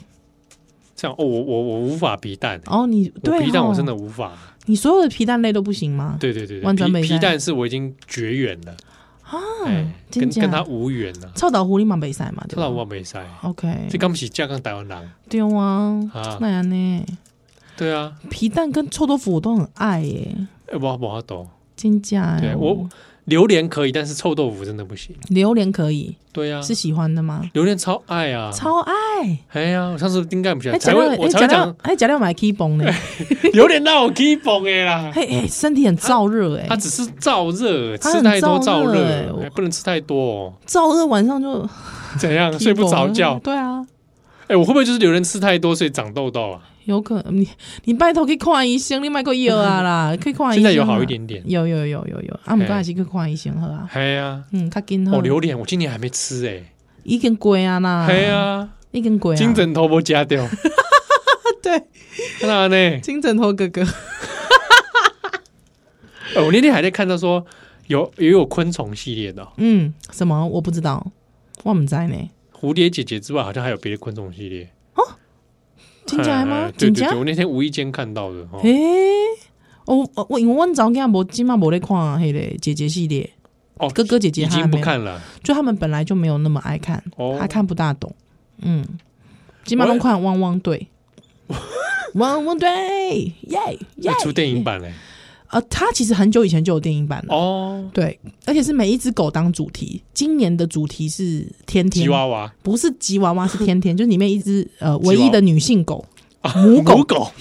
Speaker 2: 这样哦，我我我无法皮蛋，
Speaker 3: 哦，你
Speaker 2: 我
Speaker 3: 对
Speaker 2: 皮蛋
Speaker 3: 哦
Speaker 2: 我真的无法，
Speaker 3: 你所有的皮蛋类都不行吗？
Speaker 2: 对对对
Speaker 3: 完全
Speaker 2: 对，
Speaker 3: 没
Speaker 2: 皮
Speaker 3: 在
Speaker 2: 皮蛋是我已经绝缘了啊，哎跟
Speaker 3: 真假
Speaker 2: 跟他无缘了，
Speaker 3: 臭豆腐你嘛袂使嘛，对啊
Speaker 2: 突
Speaker 3: 吧
Speaker 2: 然我没塞，
Speaker 3: ？OK，
Speaker 2: 这刚是架跟台湾人
Speaker 3: 对啊，
Speaker 2: 啊，
Speaker 3: 那样呢？
Speaker 2: 对啊，
Speaker 3: 皮蛋跟臭豆腐我都很爱耶，
Speaker 2: 哎我我懂，
Speaker 3: 真假耶？
Speaker 2: 对我榴莲可以，但是臭豆腐真的不行，
Speaker 3: 榴莲可以
Speaker 2: 对啊，
Speaker 3: 是喜欢的吗？
Speaker 2: 榴莲超爱啊，
Speaker 3: 超爱！
Speaker 2: 哎呀，我上次应该不讲，
Speaker 3: 哎，假
Speaker 2: 才
Speaker 3: 料
Speaker 2: 会我
Speaker 3: 哎，
Speaker 2: 才会
Speaker 3: 假料
Speaker 2: 讲
Speaker 3: *laughs* 哎，假料买 key 崩呢？
Speaker 2: 榴莲让我 keep 崩的啦。
Speaker 3: 嘿哎，身体很燥热
Speaker 2: 它
Speaker 3: 哎，
Speaker 2: 只是燥热，
Speaker 3: 它很
Speaker 2: 吃太多
Speaker 3: 燥
Speaker 2: 燥
Speaker 3: 热哎
Speaker 2: 热，
Speaker 3: 我
Speaker 2: 哎不能吃太多哦。
Speaker 3: *laughs* 燥热晚上就
Speaker 2: 怎样
Speaker 3: key
Speaker 2: *laughs* 睡不着
Speaker 3: 崩
Speaker 2: 觉？
Speaker 3: 对啊，
Speaker 2: 哎、我会不会就是榴莲吃太多，所以长痘痘啊？
Speaker 3: 有可能你你拜托去看医生，你买个药啊
Speaker 2: *laughs*
Speaker 3: 啦，去看医生啊。
Speaker 2: 现在有好一点点。
Speaker 3: 有，有有有有，啊，毋过
Speaker 2: 嘿
Speaker 3: 还是去看医生好啊。
Speaker 2: 哎呀、
Speaker 3: 嗯，较紧
Speaker 2: 哦，
Speaker 3: 好
Speaker 2: 我，榴莲我今年还没吃哎、
Speaker 3: 已经过啊啦，
Speaker 2: 哎呀、
Speaker 3: 已经过啊，
Speaker 2: 金枕头没加掉。
Speaker 3: *laughs* 对，
Speaker 2: 那呢？哎
Speaker 3: 金枕头哥哥，
Speaker 2: 呃我那天还在看到说有也有昆虫系列的哦、
Speaker 3: 嗯，什么我不知道，我毋知呢，
Speaker 2: 蝴蝶姐姐之外，好像还有别的昆虫系列。
Speaker 3: 真假的
Speaker 2: 哎
Speaker 3: 吗
Speaker 2: 哎？对
Speaker 3: 真
Speaker 2: 对
Speaker 3: 假
Speaker 2: 对，？我那天无意间看到的哦。
Speaker 3: 诶，我哦我我因为阮早囝无即嘛无咧看迄个姐姐系列，
Speaker 2: 哦，
Speaker 3: 哥哥姐姐
Speaker 2: 已
Speaker 3: 他
Speaker 2: 经不
Speaker 3: 们
Speaker 2: 看了。
Speaker 3: 就他们本来就没有那么爱看，
Speaker 2: 哦
Speaker 3: 还看不大懂。嗯，即嘛拢看汪汪队，
Speaker 2: *laughs*
Speaker 3: 汪汪队，耶耶
Speaker 2: 要！出电影版嘞、
Speaker 3: 呃，他其实很久以前就有电影版了。
Speaker 2: 哦，
Speaker 3: 对，而且是每一只狗当主题。今年的主题是天天
Speaker 2: 吉，娃娃，
Speaker 3: 不是吉娃娃，是天天，就是里面一只呃
Speaker 2: 娃
Speaker 3: 唯一的女性狗。
Speaker 2: 啊
Speaker 3: 母狗
Speaker 2: 母狗，
Speaker 3: *laughs*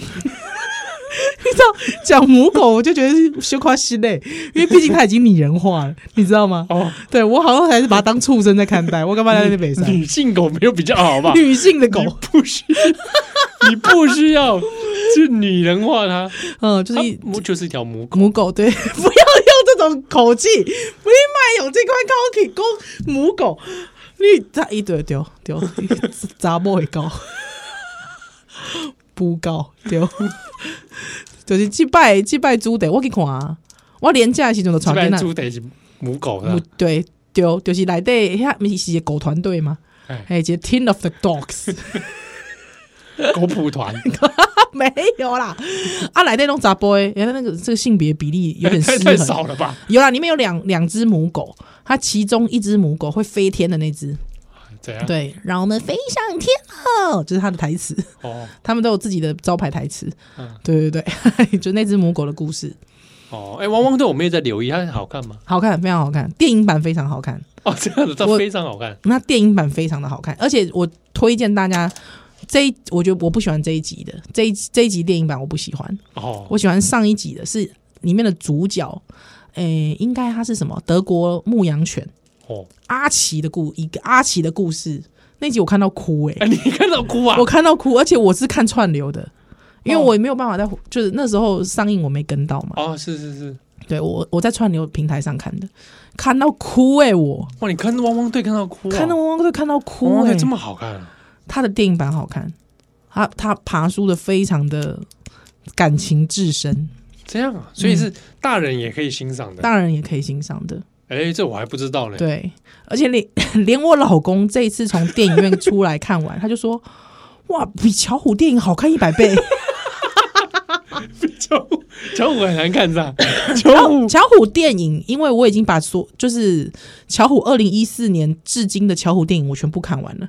Speaker 3: 讲母狗，我就觉得是羞夸心嘞，因为毕竟它已经拟人化了，你知道吗？
Speaker 2: 哦，
Speaker 3: 对我好像还是把它当畜生在看待，我干嘛在那边北上？
Speaker 2: 女性狗没有比较好吧？
Speaker 3: 女性的狗
Speaker 2: 你，不需，你不需要去拟人化它，
Speaker 3: 嗯，就
Speaker 2: 它
Speaker 3: 是一
Speaker 2: 母就是一条母狗。
Speaker 3: 母狗，对， *laughs* 不要用这种口气，你卖有这款口气讲母狗，你他一对丢丢，查某会高， *laughs* 不高丢， *laughs* 就是祭拜祭拜猪的，我去看啊，我廉价的时阵就
Speaker 2: 这
Speaker 3: 传给
Speaker 2: 边
Speaker 3: 那
Speaker 2: 猪得是母狗
Speaker 3: 母
Speaker 2: 的，
Speaker 3: 对丢，就是内底遐毋是是一个狗团队嘛，
Speaker 2: 哎
Speaker 3: 哎，一个 Team of the Dogs。 *laughs*
Speaker 2: 狗蒲团，
Speaker 3: 没有啦，啊，来那种杂 boy，原来那个这个性别比例
Speaker 2: *laughs*
Speaker 3: 有点失
Speaker 2: 太太
Speaker 3: 衡，
Speaker 2: 少了吧？
Speaker 3: 有啦，里面有两两只母狗，它其中一只母狗会飞天的那只，
Speaker 2: 怎样？
Speaker 3: 对，让我们飞上天了，这是它的台词， *laughs*
Speaker 2: 哦
Speaker 3: 他们都有自己的招牌台词。
Speaker 2: 嗯
Speaker 3: 对对对， *laughs* 就那只母狗的故事，
Speaker 2: 哦，哎，汪汪队我没有在留意，它好看吗？
Speaker 3: 好看，非常好看，电影版非常好看，
Speaker 2: 哦， *laughs* 这样子，它
Speaker 3: 我
Speaker 2: 非常好看。
Speaker 3: 那电影版非常的好看，而且我推荐大家。这一我觉得我不喜欢这一集的，这一这一集电影版我不喜欢，
Speaker 2: 哦，
Speaker 3: 我喜欢上一集的是里面的主角，诶、应该他是什么德国牧羊犬，
Speaker 2: 哦，
Speaker 3: 阿奇的故一个阿奇的故事那集我看到哭哎、
Speaker 2: *laughs* 哎，你看到哭啊
Speaker 3: 我？看到哭，而且我是看串流的，因为
Speaker 2: 哦
Speaker 3: 我也没有办法在就是那时候上映我没跟到嘛，
Speaker 2: 哦，是是是，
Speaker 3: 对我我在串流平台上看的，看到哭哎、我
Speaker 2: 哇，你看汪汪队看到哭啊，
Speaker 3: 看到汪汪队看到
Speaker 2: 汪
Speaker 3: 哭
Speaker 2: 汪
Speaker 3: 哎、
Speaker 2: 队这么好看啊，
Speaker 3: 他的电影版好看，他他爬书的非常的感情至深，
Speaker 2: 这样啊，所以是大人也可以欣赏的。
Speaker 3: 嗯大人也可以欣赏的。
Speaker 2: 哎，这我还不知道呢。 *laughs*
Speaker 3: 对，而且连 *laughs* 连我老公这一次从电影院出来看完，他就说：“哇，比巧虎电影好看一百倍。”
Speaker 2: 就巧虎很难看
Speaker 3: *laughs*
Speaker 2: 上，巧虎
Speaker 3: 巧虎电影，因为我已经把所就是巧虎二零一四年至今的巧虎电影我全部看完了，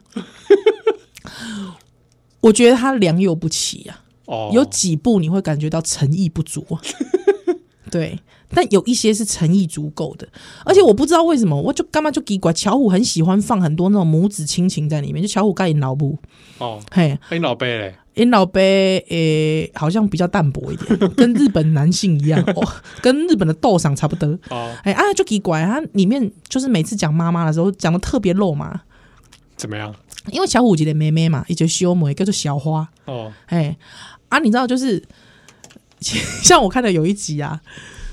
Speaker 3: 我觉得它良莠不齐啊，
Speaker 2: 哦
Speaker 3: 有几部你会感觉到诚意不足啊， *laughs* 对。但有一些是诚意足够的，而且我不知道为什么，我就干嘛就给管巧虎很喜欢放很多那种母子亲情在里面，就巧虎盖引老母，
Speaker 2: 哦，
Speaker 3: 嘿，
Speaker 2: 欢迎老贝嘞，
Speaker 3: 因老伯诶、好像比较淡薄一点，跟日本男性一样哦，跟日本的斗赏差不多。
Speaker 2: 哦，
Speaker 3: 哎、啊，就奇怪，他里面就是每次讲妈妈的时候讲的特别肉麻，
Speaker 2: 怎么样？
Speaker 3: 因为小虎姐的妹妹嘛，一个修妹叫做小花，
Speaker 2: 哦，
Speaker 3: 哎、啊，你知道就是， *laughs* 像我看的有一集啊，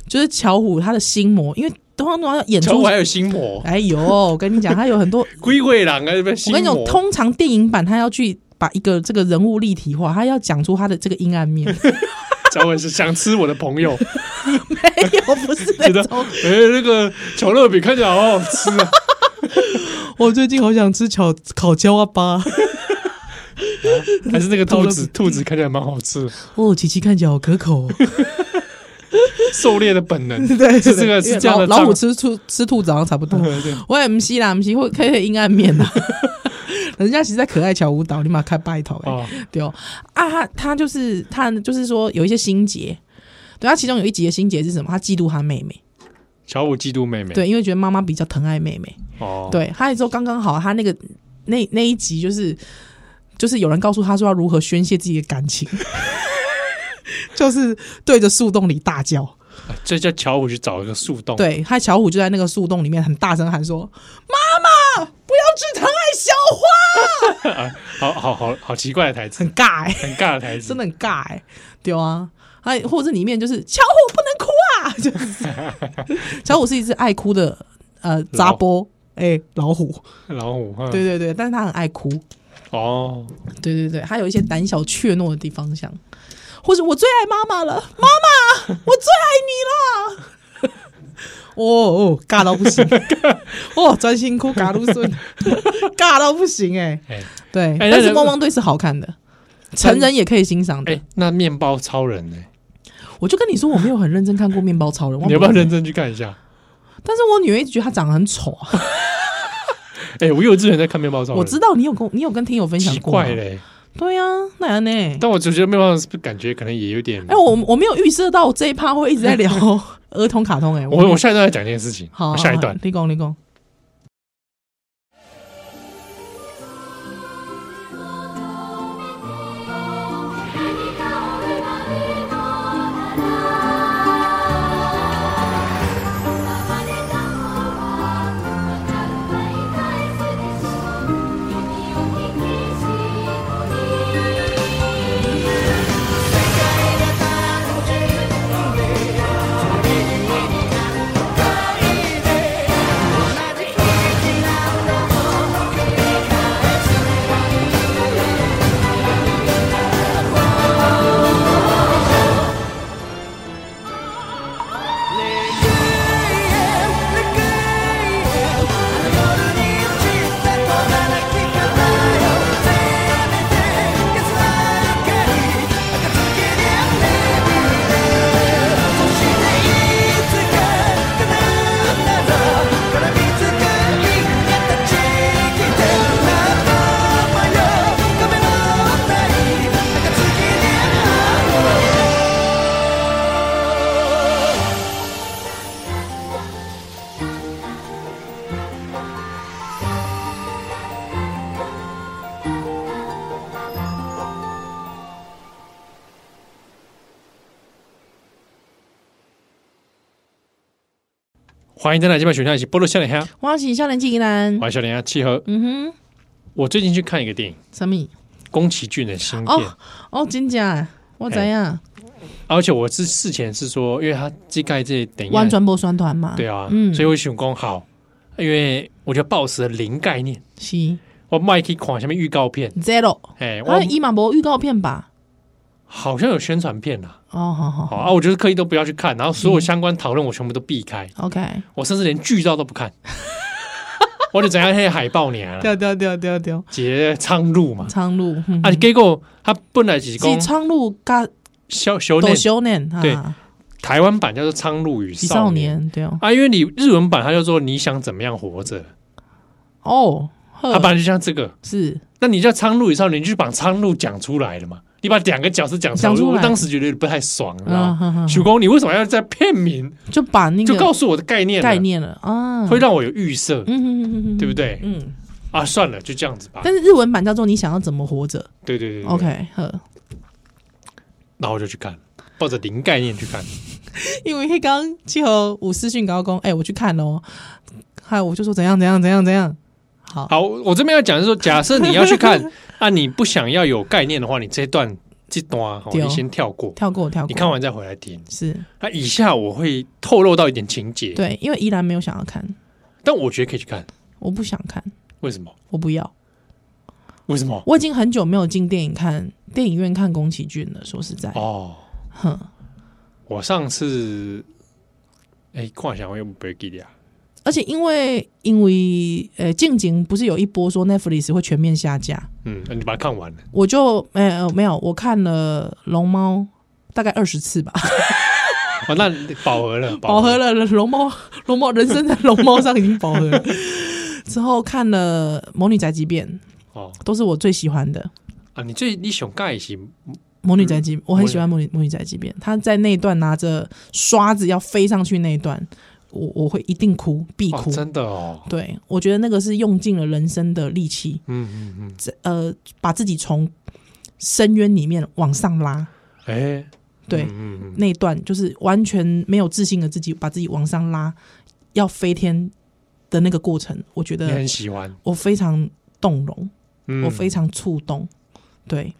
Speaker 3: 就是巧虎他的心魔，因为通常都要演
Speaker 2: 巧
Speaker 3: 出
Speaker 2: 虎，还有心魔，
Speaker 3: 哎呦，我跟你讲，他有
Speaker 2: *laughs*
Speaker 3: 很多
Speaker 2: 龟会狼啊，这边
Speaker 3: 我
Speaker 2: 心
Speaker 3: 跟你讲
Speaker 2: 魔，，
Speaker 3: 通常电影版他要去把一个这个人物立体化，他要讲出他的这个阴暗面， *laughs*
Speaker 2: 巧虎是想吃我的朋友，
Speaker 3: 没有，哎不是
Speaker 2: 觉
Speaker 3: 那
Speaker 2: 得
Speaker 3: 种。
Speaker 2: 哎，那个巧乐饼看起来好好吃啊，
Speaker 3: 我最近好想吃烤烤焦啊巴，
Speaker 2: 还是那个兔子， *laughs* 兔子看起来蛮好吃的，
Speaker 3: *laughs* 哦，琪琪看起来好可
Speaker 2: *laughs*
Speaker 3: 口、哦。
Speaker 2: 狩猎的本能，
Speaker 3: *laughs* 对，
Speaker 2: 是这个
Speaker 3: 对
Speaker 2: 是这样的
Speaker 3: 老老虎
Speaker 2: 藏
Speaker 3: 吃兔吃兔子好像差不多。
Speaker 2: 对，
Speaker 3: 我也不是啦，不是会可以阴暗面啦。 *laughs* 人家其实在可爱小舞蹈，你马开拜头哎、
Speaker 2: 哦，
Speaker 3: 对哦啊，他他就是他就是说有一些心结，对他其中有一集的心结是什么？他嫉妒他妹妹，
Speaker 2: 巧虎嫉妒妹妹，
Speaker 3: 对，因为觉得妈妈比较疼爱妹妹，
Speaker 2: 哦，
Speaker 3: 对，他也说刚刚好，他那个那那一集就是就是有人告诉他说要如何宣泄自己的感情，就是对着树洞里大叫。
Speaker 2: 这叫巧虎去找一个树洞，
Speaker 3: 对，他小虎就在那个树洞里面很大声喊说：“妈妈，不要只疼爱小花。 *laughs*
Speaker 2: 啊，好好好好奇怪的台”词，
Speaker 3: 很尬哎、
Speaker 2: 很尬的台词，
Speaker 3: 真的很尬哎、对啊，还或者里面就是巧虎不能哭啊，就是巧虎是一只爱哭的呃杂波哎、老虎，
Speaker 2: 老虎，嗯
Speaker 3: 对，对对，但是他很爱哭，
Speaker 2: 哦，
Speaker 3: 对对对，他有一些胆小怯懦的地方像。或者我最爱妈妈了，
Speaker 2: *laughs*
Speaker 3: 妈妈，我最爱你啦！ *laughs* 哦哦，尬到不行，
Speaker 2: *laughs*
Speaker 3: 哦，专心哭，嘎鲁顺，尬到不行哎、
Speaker 2: 哎
Speaker 3: 对，
Speaker 2: 哎
Speaker 3: 但
Speaker 2: 那
Speaker 3: 是
Speaker 2: 个
Speaker 3: 汪汪队是好看的，成人也可以欣赏的。
Speaker 2: 哎，那面包超人呢？
Speaker 3: 我就跟你说，我没有很认真看过《面包超人》，
Speaker 2: *laughs* 你要不要
Speaker 3: 忘了
Speaker 2: 认？真去看一下？
Speaker 3: 但是我女儿一直觉得他长得很丑
Speaker 2: *laughs*
Speaker 3: 啊。
Speaker 2: 哎，我幼稚园在看面包超人，
Speaker 3: 我知道你有跟你有跟听友分享
Speaker 2: 奇
Speaker 3: 过吗，
Speaker 2: 怪嘞，
Speaker 3: 对啊，那
Speaker 2: *laughs*
Speaker 3: 样呢？
Speaker 2: 但我只觉得面包超人是不是感觉可能也有点，
Speaker 3: 哎、我我没有预设到这一趴会一直在
Speaker 2: *laughs*
Speaker 3: 聊儿童卡通、哎，
Speaker 2: 我我下一段要讲这件事情，
Speaker 3: 好，
Speaker 2: 下一段
Speaker 3: 立功立功。
Speaker 2: 欢迎大家今晚选项一起波罗笑脸虾，
Speaker 3: 我是少年纪男
Speaker 2: 我，是笑脸虾契合。
Speaker 3: 嗯哼，
Speaker 2: 我最近去看一个电影，
Speaker 3: 什么？
Speaker 2: 宫崎骏的新片，
Speaker 3: 哦哦，真假？我怎样？
Speaker 2: 而且我是事前是说，因为他这盖这等一下
Speaker 3: 弯转波酸团嘛？
Speaker 2: 哎对啊，
Speaker 3: 嗯
Speaker 2: 所以我想讲好，因为我觉得抱持了零概念，
Speaker 3: 是
Speaker 2: 我麦可以看下面预告片，
Speaker 3: zero。
Speaker 2: 哎、我
Speaker 3: 还有伊玛博预告片吧？
Speaker 2: 好像有宣传片啦，
Speaker 3: 哦，嗯好好
Speaker 2: 好
Speaker 3: 好
Speaker 2: 啊，我就是刻意都不要去看，然后所有相关讨论我全部都避开，
Speaker 3: ，OK。
Speaker 2: 我甚至连剧照都不看， *laughs* 我就怎样黑海报娘了，
Speaker 3: 掉掉掉
Speaker 2: 啊
Speaker 3: 掉掉，
Speaker 2: 结苍鹭嘛，啊
Speaker 3: 苍鹭，嗯
Speaker 2: 啊，结果他本来是
Speaker 3: 是
Speaker 2: 讲
Speaker 3: 苍鹭加
Speaker 2: 小小
Speaker 3: 斗
Speaker 2: 内
Speaker 3: 修念，啊
Speaker 2: 对台湾版叫做《苍鹭与
Speaker 3: 李少
Speaker 2: 少年》
Speaker 3: 年对哦，
Speaker 2: 啊，因为你日文版它叫做你想怎么样活着，啊
Speaker 3: 哦，呵
Speaker 2: 它本来就像这个。
Speaker 3: 是
Speaker 2: 那你叫《苍鹭与少年》，你就把苍鹭讲出来了嘛？你把两个角色讲出来，
Speaker 3: 讲出
Speaker 2: 我
Speaker 3: 来
Speaker 2: 当时觉得不太爽，你知道
Speaker 3: 啊，
Speaker 2: 吗？
Speaker 3: 哈哈
Speaker 2: 许工，你为什么要在片名
Speaker 3: 就把那
Speaker 2: 就告
Speaker 3: 个
Speaker 2: 诉我的概念了？
Speaker 3: 概念了啊，
Speaker 2: 会让我有预设
Speaker 3: 嗯哼哼哼哼
Speaker 2: 对不对
Speaker 3: 嗯，
Speaker 2: 啊？算了，就这样子吧。
Speaker 3: 但是日文版叫做“你想要怎么活着
Speaker 2: 对对对”。对
Speaker 3: OK，呵，
Speaker 2: 然后我就去看，抱着零概念去看。
Speaker 3: 因为刚刚气候五私讯高工，哎，我去看喽，嗨，我就说怎样怎样怎样怎样，好，
Speaker 2: 好，我这边要讲的是说，假设你要去
Speaker 3: *laughs*
Speaker 2: 看啊，你不想要有概念的话，你这段这段哦，
Speaker 3: 对哦
Speaker 2: 你先跳过，
Speaker 3: 跳过跳过，
Speaker 2: 你看完再回来听。
Speaker 3: 是
Speaker 2: 那以下我会透露到一点情节，
Speaker 3: 对，因为依然没有想要看，
Speaker 2: 但我觉得可以去看，
Speaker 3: 我不想看，
Speaker 2: 为什么？
Speaker 3: 我不要。
Speaker 2: 为什么？
Speaker 3: 我已经很久没有进电影看电影院看宫崎骏了，说实在，
Speaker 2: 哦，
Speaker 3: 哎哼，
Speaker 2: 我上次哎，看一下我又不会记得啊。
Speaker 3: 而且因为因为呃，近景不是有一波说 Netflix 会全面下架，
Speaker 2: 嗯，你把它看完了，
Speaker 3: 我就呃没有，我看了《龙猫》大概二十次吧，
Speaker 2: 哦，那饱和
Speaker 3: *laughs*
Speaker 2: 了，
Speaker 3: 饱和
Speaker 2: 了。
Speaker 3: 了《龙猫》，《龙猫》人生在《龙猫》上已经饱和
Speaker 2: *laughs*
Speaker 3: 了。之后看了《魔女宅急便》，
Speaker 2: 哦
Speaker 3: 都是我最喜欢的。
Speaker 2: 啊，你最你想盖是
Speaker 3: 《魔女宅急》
Speaker 2: 嗯
Speaker 3: 我很喜欢《魔女魔女宅急便》，她在那一段拿着刷子要飞上去那一段，我我会一定哭，必
Speaker 2: 哦
Speaker 3: 哭。
Speaker 2: 真的哦，
Speaker 3: 对，我觉得那个是用尽了人生的力气，
Speaker 2: 嗯嗯嗯，
Speaker 3: 这呃，把自己从深渊里面往上拉。
Speaker 2: 哎，
Speaker 3: 对，
Speaker 2: 嗯嗯嗯，
Speaker 3: 那一段就是完全没有自信的自己，把自己往上拉，要飞天的那个过程，我觉
Speaker 2: 你
Speaker 3: 得
Speaker 2: 很喜欢，
Speaker 3: 我非常动容，
Speaker 2: 嗯
Speaker 3: 我非常触动。对，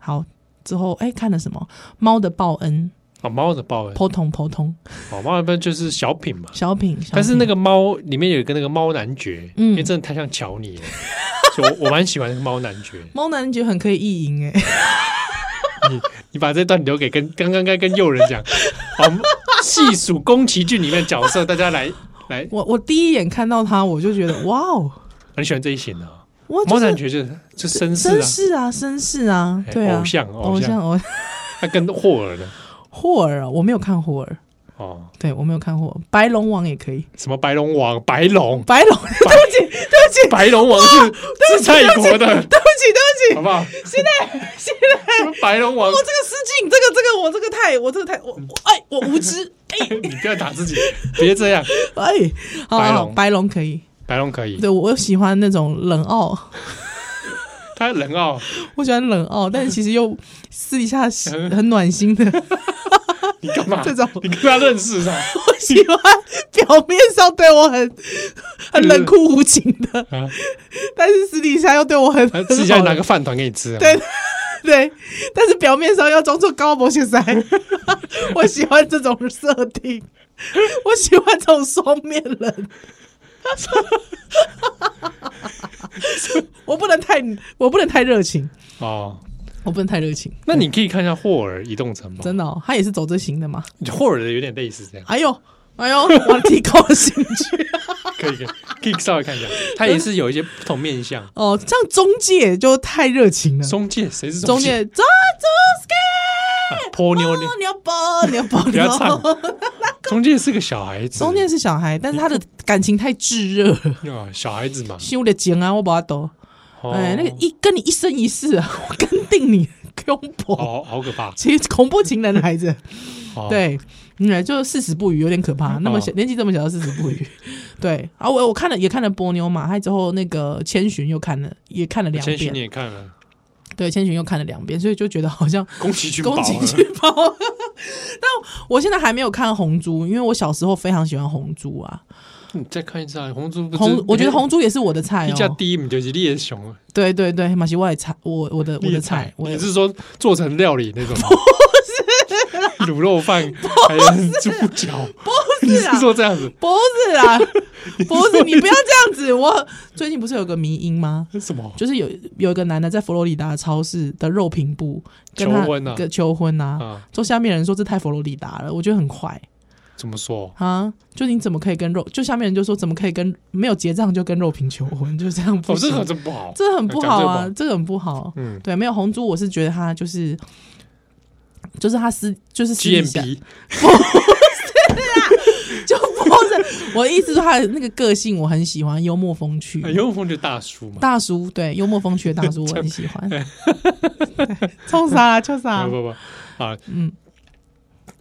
Speaker 3: 好，之后哎、看了什么《猫的报恩
Speaker 2: 啊猫的报恩》，，
Speaker 3: 扑通扑通，
Speaker 2: 哦，猫的报恩就是小品嘛。
Speaker 3: 小品，小品
Speaker 2: 但是那个猫里面有一个那个猫男爵，
Speaker 3: 嗯
Speaker 2: 因为真的太像乔尼了，所以我我蛮喜欢那个猫男爵。
Speaker 3: 猫男爵很可以意淫哎、
Speaker 2: 你把这段留给跟刚刚该跟诱人讲，好，我们细数宫崎骏里面的角色，大家来来，
Speaker 3: *laughs* 我我第一眼看到他，我就觉得哇哦，
Speaker 2: 很喜欢这一型的啊。
Speaker 3: 我哦就
Speaker 2: 猫男
Speaker 3: 是
Speaker 2: 爵就是就绅士
Speaker 3: 绅
Speaker 2: 啊，
Speaker 3: 士啊，绅士啊，
Speaker 2: 哎
Speaker 3: 对啊，
Speaker 2: 偶像
Speaker 3: 偶
Speaker 2: 偶
Speaker 3: 像
Speaker 2: 像，
Speaker 3: 偶像
Speaker 2: 他跟霍尔呢，
Speaker 3: 霍尔啊，我没有看霍尔，
Speaker 2: 哦，
Speaker 3: 对我没有看霍尔，白龙王也可以，
Speaker 2: 什么白龙王、白龙、
Speaker 3: 白龙，对不起，对不起，
Speaker 2: 白龙王
Speaker 3: 哦
Speaker 2: 是是泰国的，
Speaker 3: 对不起，对
Speaker 2: 好
Speaker 3: 不起，
Speaker 2: 不好？
Speaker 3: 现在现在，
Speaker 2: 什么白龙
Speaker 3: 我
Speaker 2: 王
Speaker 3: 这，个失敬，这个这个我这个太我这个太我我哎我无知，哎
Speaker 2: 你不要打自己，别这样。
Speaker 3: 哎，好
Speaker 2: 白
Speaker 3: 好好
Speaker 2: 龙
Speaker 3: 白龙可以，
Speaker 2: 白龙可以，
Speaker 3: 对我喜欢那种冷傲，
Speaker 2: 他人哦，
Speaker 3: 我喜欢冷傲，但是其实又私底下喜很暖心的，
Speaker 2: 你干嘛？
Speaker 3: 这种
Speaker 2: 你跟他认识上
Speaker 3: 我喜欢表面上对我很很冷酷无情的，
Speaker 2: 啊？
Speaker 3: 但是私底下又对我很
Speaker 2: 他自己要拿
Speaker 3: 很好
Speaker 2: 个饭团给你吃啊？
Speaker 3: 对 *laughs* 对，但是表面上要装作高博学
Speaker 2: *laughs*
Speaker 3: 塞，我喜欢这种设定，我喜欢这种双面人。 *laughs* 我不能太，我不能太热情，
Speaker 2: 哦，
Speaker 3: 我不能太热情，
Speaker 2: 那你可以看一下霍尔移动城堡，
Speaker 3: 真的、哦，他也是走这型的嘛。
Speaker 2: 霍尔的有点类似这样，
Speaker 3: 哎呦，哎呦，我提高了兴趣
Speaker 2: 可以可以可以稍微看一下，他也是有一些不同面相。
Speaker 3: 哦，像中介就太热情了，
Speaker 2: 中介谁是
Speaker 3: 中
Speaker 2: 介？
Speaker 3: 介，啊中介，
Speaker 2: 啊泼妞妞，
Speaker 3: 牛包，牛包，
Speaker 2: 不
Speaker 3: 牛
Speaker 2: 要
Speaker 3: 包。
Speaker 2: 唱。中介是个小孩子，
Speaker 3: 中间是小孩，但是他的感情太炙热了，
Speaker 2: 啊，小孩子嘛。
Speaker 3: 修的紧啊，我把他抖。
Speaker 2: 哦
Speaker 3: 哎，那个一跟你一生一世啊，我跟定你 *laughs* 恐怖，
Speaker 2: 哦，好可怕。
Speaker 3: 其实恐怖情人来着。
Speaker 2: *laughs* 哦，
Speaker 3: 对，嗯，就是四死不渝，有点可怕。那么小年纪这么小，四死不
Speaker 2: *laughs*
Speaker 3: 渝。对，啊，我我看了也看了波妞嘛，还之后那个千寻又看了，也看了两
Speaker 2: 千寻你
Speaker 3: 遍。
Speaker 2: 也看了，
Speaker 3: 对，千寻又看了两遍，所以就觉得好像
Speaker 2: 宫崎骏饱
Speaker 3: 宫
Speaker 2: 了，
Speaker 3: 崎骏包。 *laughs* 但我现在还没有看红猪，因为我小时候非常喜欢红猪啊。
Speaker 2: *laughs* 你再看一次啊，红猪不
Speaker 3: 红
Speaker 2: 知，
Speaker 3: 我觉得红猪也是我的菜
Speaker 2: 一家
Speaker 3: 哦。
Speaker 2: 第一名就是猎熊，
Speaker 3: 对对对，马西我的菜，我我的我
Speaker 2: 猎
Speaker 3: 的菜，我
Speaker 2: 你
Speaker 3: 的
Speaker 2: 是说做成料理那种？不是，卤肉饭还有猪脚，
Speaker 3: 啊不
Speaker 2: 你
Speaker 3: 是
Speaker 2: 是
Speaker 3: 啊，
Speaker 2: 说这样子？
Speaker 3: 不是
Speaker 2: *laughs*
Speaker 3: 啊，不是，你不要这样子。我最近不是有个迷音吗？
Speaker 2: 什么？
Speaker 3: 就是有有一个男的在佛罗里达超市的肉品部跟他
Speaker 2: 求婚啊
Speaker 3: 跟求婚啊，
Speaker 2: 啊，
Speaker 3: 就下面人说这太佛罗里达了，我觉得很坏
Speaker 2: 怎么说？
Speaker 3: 啊！就你怎么可以跟肉？就下面人就说怎么可以跟没有结账就跟肉品求婚？ *laughs* 就这样不
Speaker 2: 哦，这
Speaker 3: 行，
Speaker 2: 个真不好，
Speaker 3: 这很不好
Speaker 2: 讲这
Speaker 3: 啊
Speaker 2: 个不好，
Speaker 3: 这个很不好。
Speaker 2: 嗯，
Speaker 3: 对，没有红猪，我是觉得他就是就是他私就是私底下 *laughs*
Speaker 2: GMB
Speaker 3: 就不是我的意思，说他的那个个性我很喜欢，幽默风趣。
Speaker 2: 啊幽风就大叔嘛，
Speaker 3: 大叔，对幽默风趣的大叔，我很
Speaker 2: *laughs*
Speaker 3: 喜欢。冲啥啦？冲啥
Speaker 2: 不？不不啊，
Speaker 3: 嗯，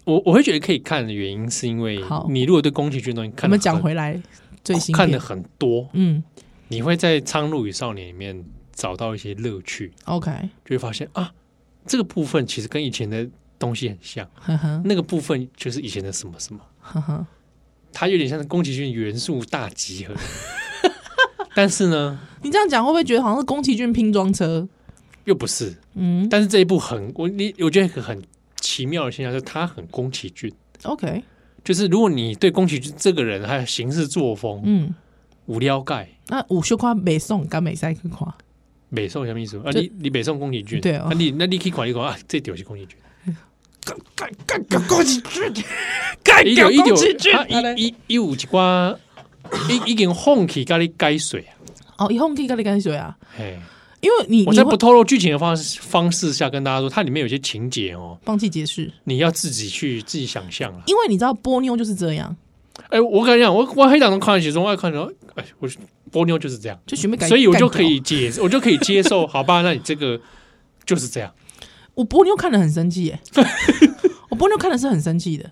Speaker 2: 我我会觉得可以看的原因是因为
Speaker 3: 好
Speaker 2: 你如果对宫崎骏的东西
Speaker 3: 我
Speaker 2: 看得很，
Speaker 3: 们讲回来最新
Speaker 2: 看的
Speaker 3: 片，
Speaker 2: 很多，
Speaker 3: 嗯
Speaker 2: 你会在《苍鹭与少年》里面找到一些乐趣，
Speaker 3: ，OK，
Speaker 2: 就会发现啊，这个部分其实跟以前的东西很像，
Speaker 3: 呵呵
Speaker 2: 那个部分就是以前的什么什么，
Speaker 3: 呵呵，
Speaker 2: 它有点像是宫崎骏元素大集
Speaker 3: *laughs*
Speaker 2: 合。但是呢，
Speaker 3: 你这样讲会不会觉得好像是宫崎骏拼装车？
Speaker 2: 又不是。
Speaker 3: 嗯
Speaker 2: 但是这一部很我你我觉得一个很奇妙的现象，就是它很宫崎骏。
Speaker 3: ，OK，
Speaker 2: 就是如果你对宫崎骏这个人还有行事作风、
Speaker 3: 嗯，
Speaker 2: 无聊盖、
Speaker 3: 那有小看北宋跟美赛去看，
Speaker 2: 北宋什么意思啊？
Speaker 3: 就
Speaker 2: 你你北宋宫崎骏，
Speaker 3: 对哦
Speaker 2: 啊你那你可以管一管啊，这就是宫崎骏，
Speaker 3: 干干干宫崎骏，干
Speaker 2: 一
Speaker 3: 掉
Speaker 2: 九一
Speaker 3: 宫崎
Speaker 2: 九
Speaker 3: 骏
Speaker 2: 他，
Speaker 3: 啊嘞
Speaker 2: 一一一五一寡一已经哄起咖喱改水啊，
Speaker 3: 哦，以后我们可以跟你干水啊，
Speaker 2: 嘿，
Speaker 3: 因为你
Speaker 2: 我
Speaker 3: 你
Speaker 2: 在
Speaker 3: 会
Speaker 2: 不透露剧情的方式方式下跟大家说，它里面有些情节哦，
Speaker 3: 放弃解释，
Speaker 2: 你要自己去自己想象了。
Speaker 3: 因为你知道波妞就是这样，
Speaker 2: 哎，我跟你讲，我我黑党从看起中爱看说，哎，我波妞就是这样。
Speaker 3: 就准备改，
Speaker 2: 所以我就
Speaker 3: 干
Speaker 2: 可
Speaker 3: 掉
Speaker 2: 以解， *laughs* 我就可以接受，好吧？那你这个就是这样。
Speaker 3: 我波妞看得很生气
Speaker 2: *laughs*
Speaker 3: 耶，我波妞看的是很生气的。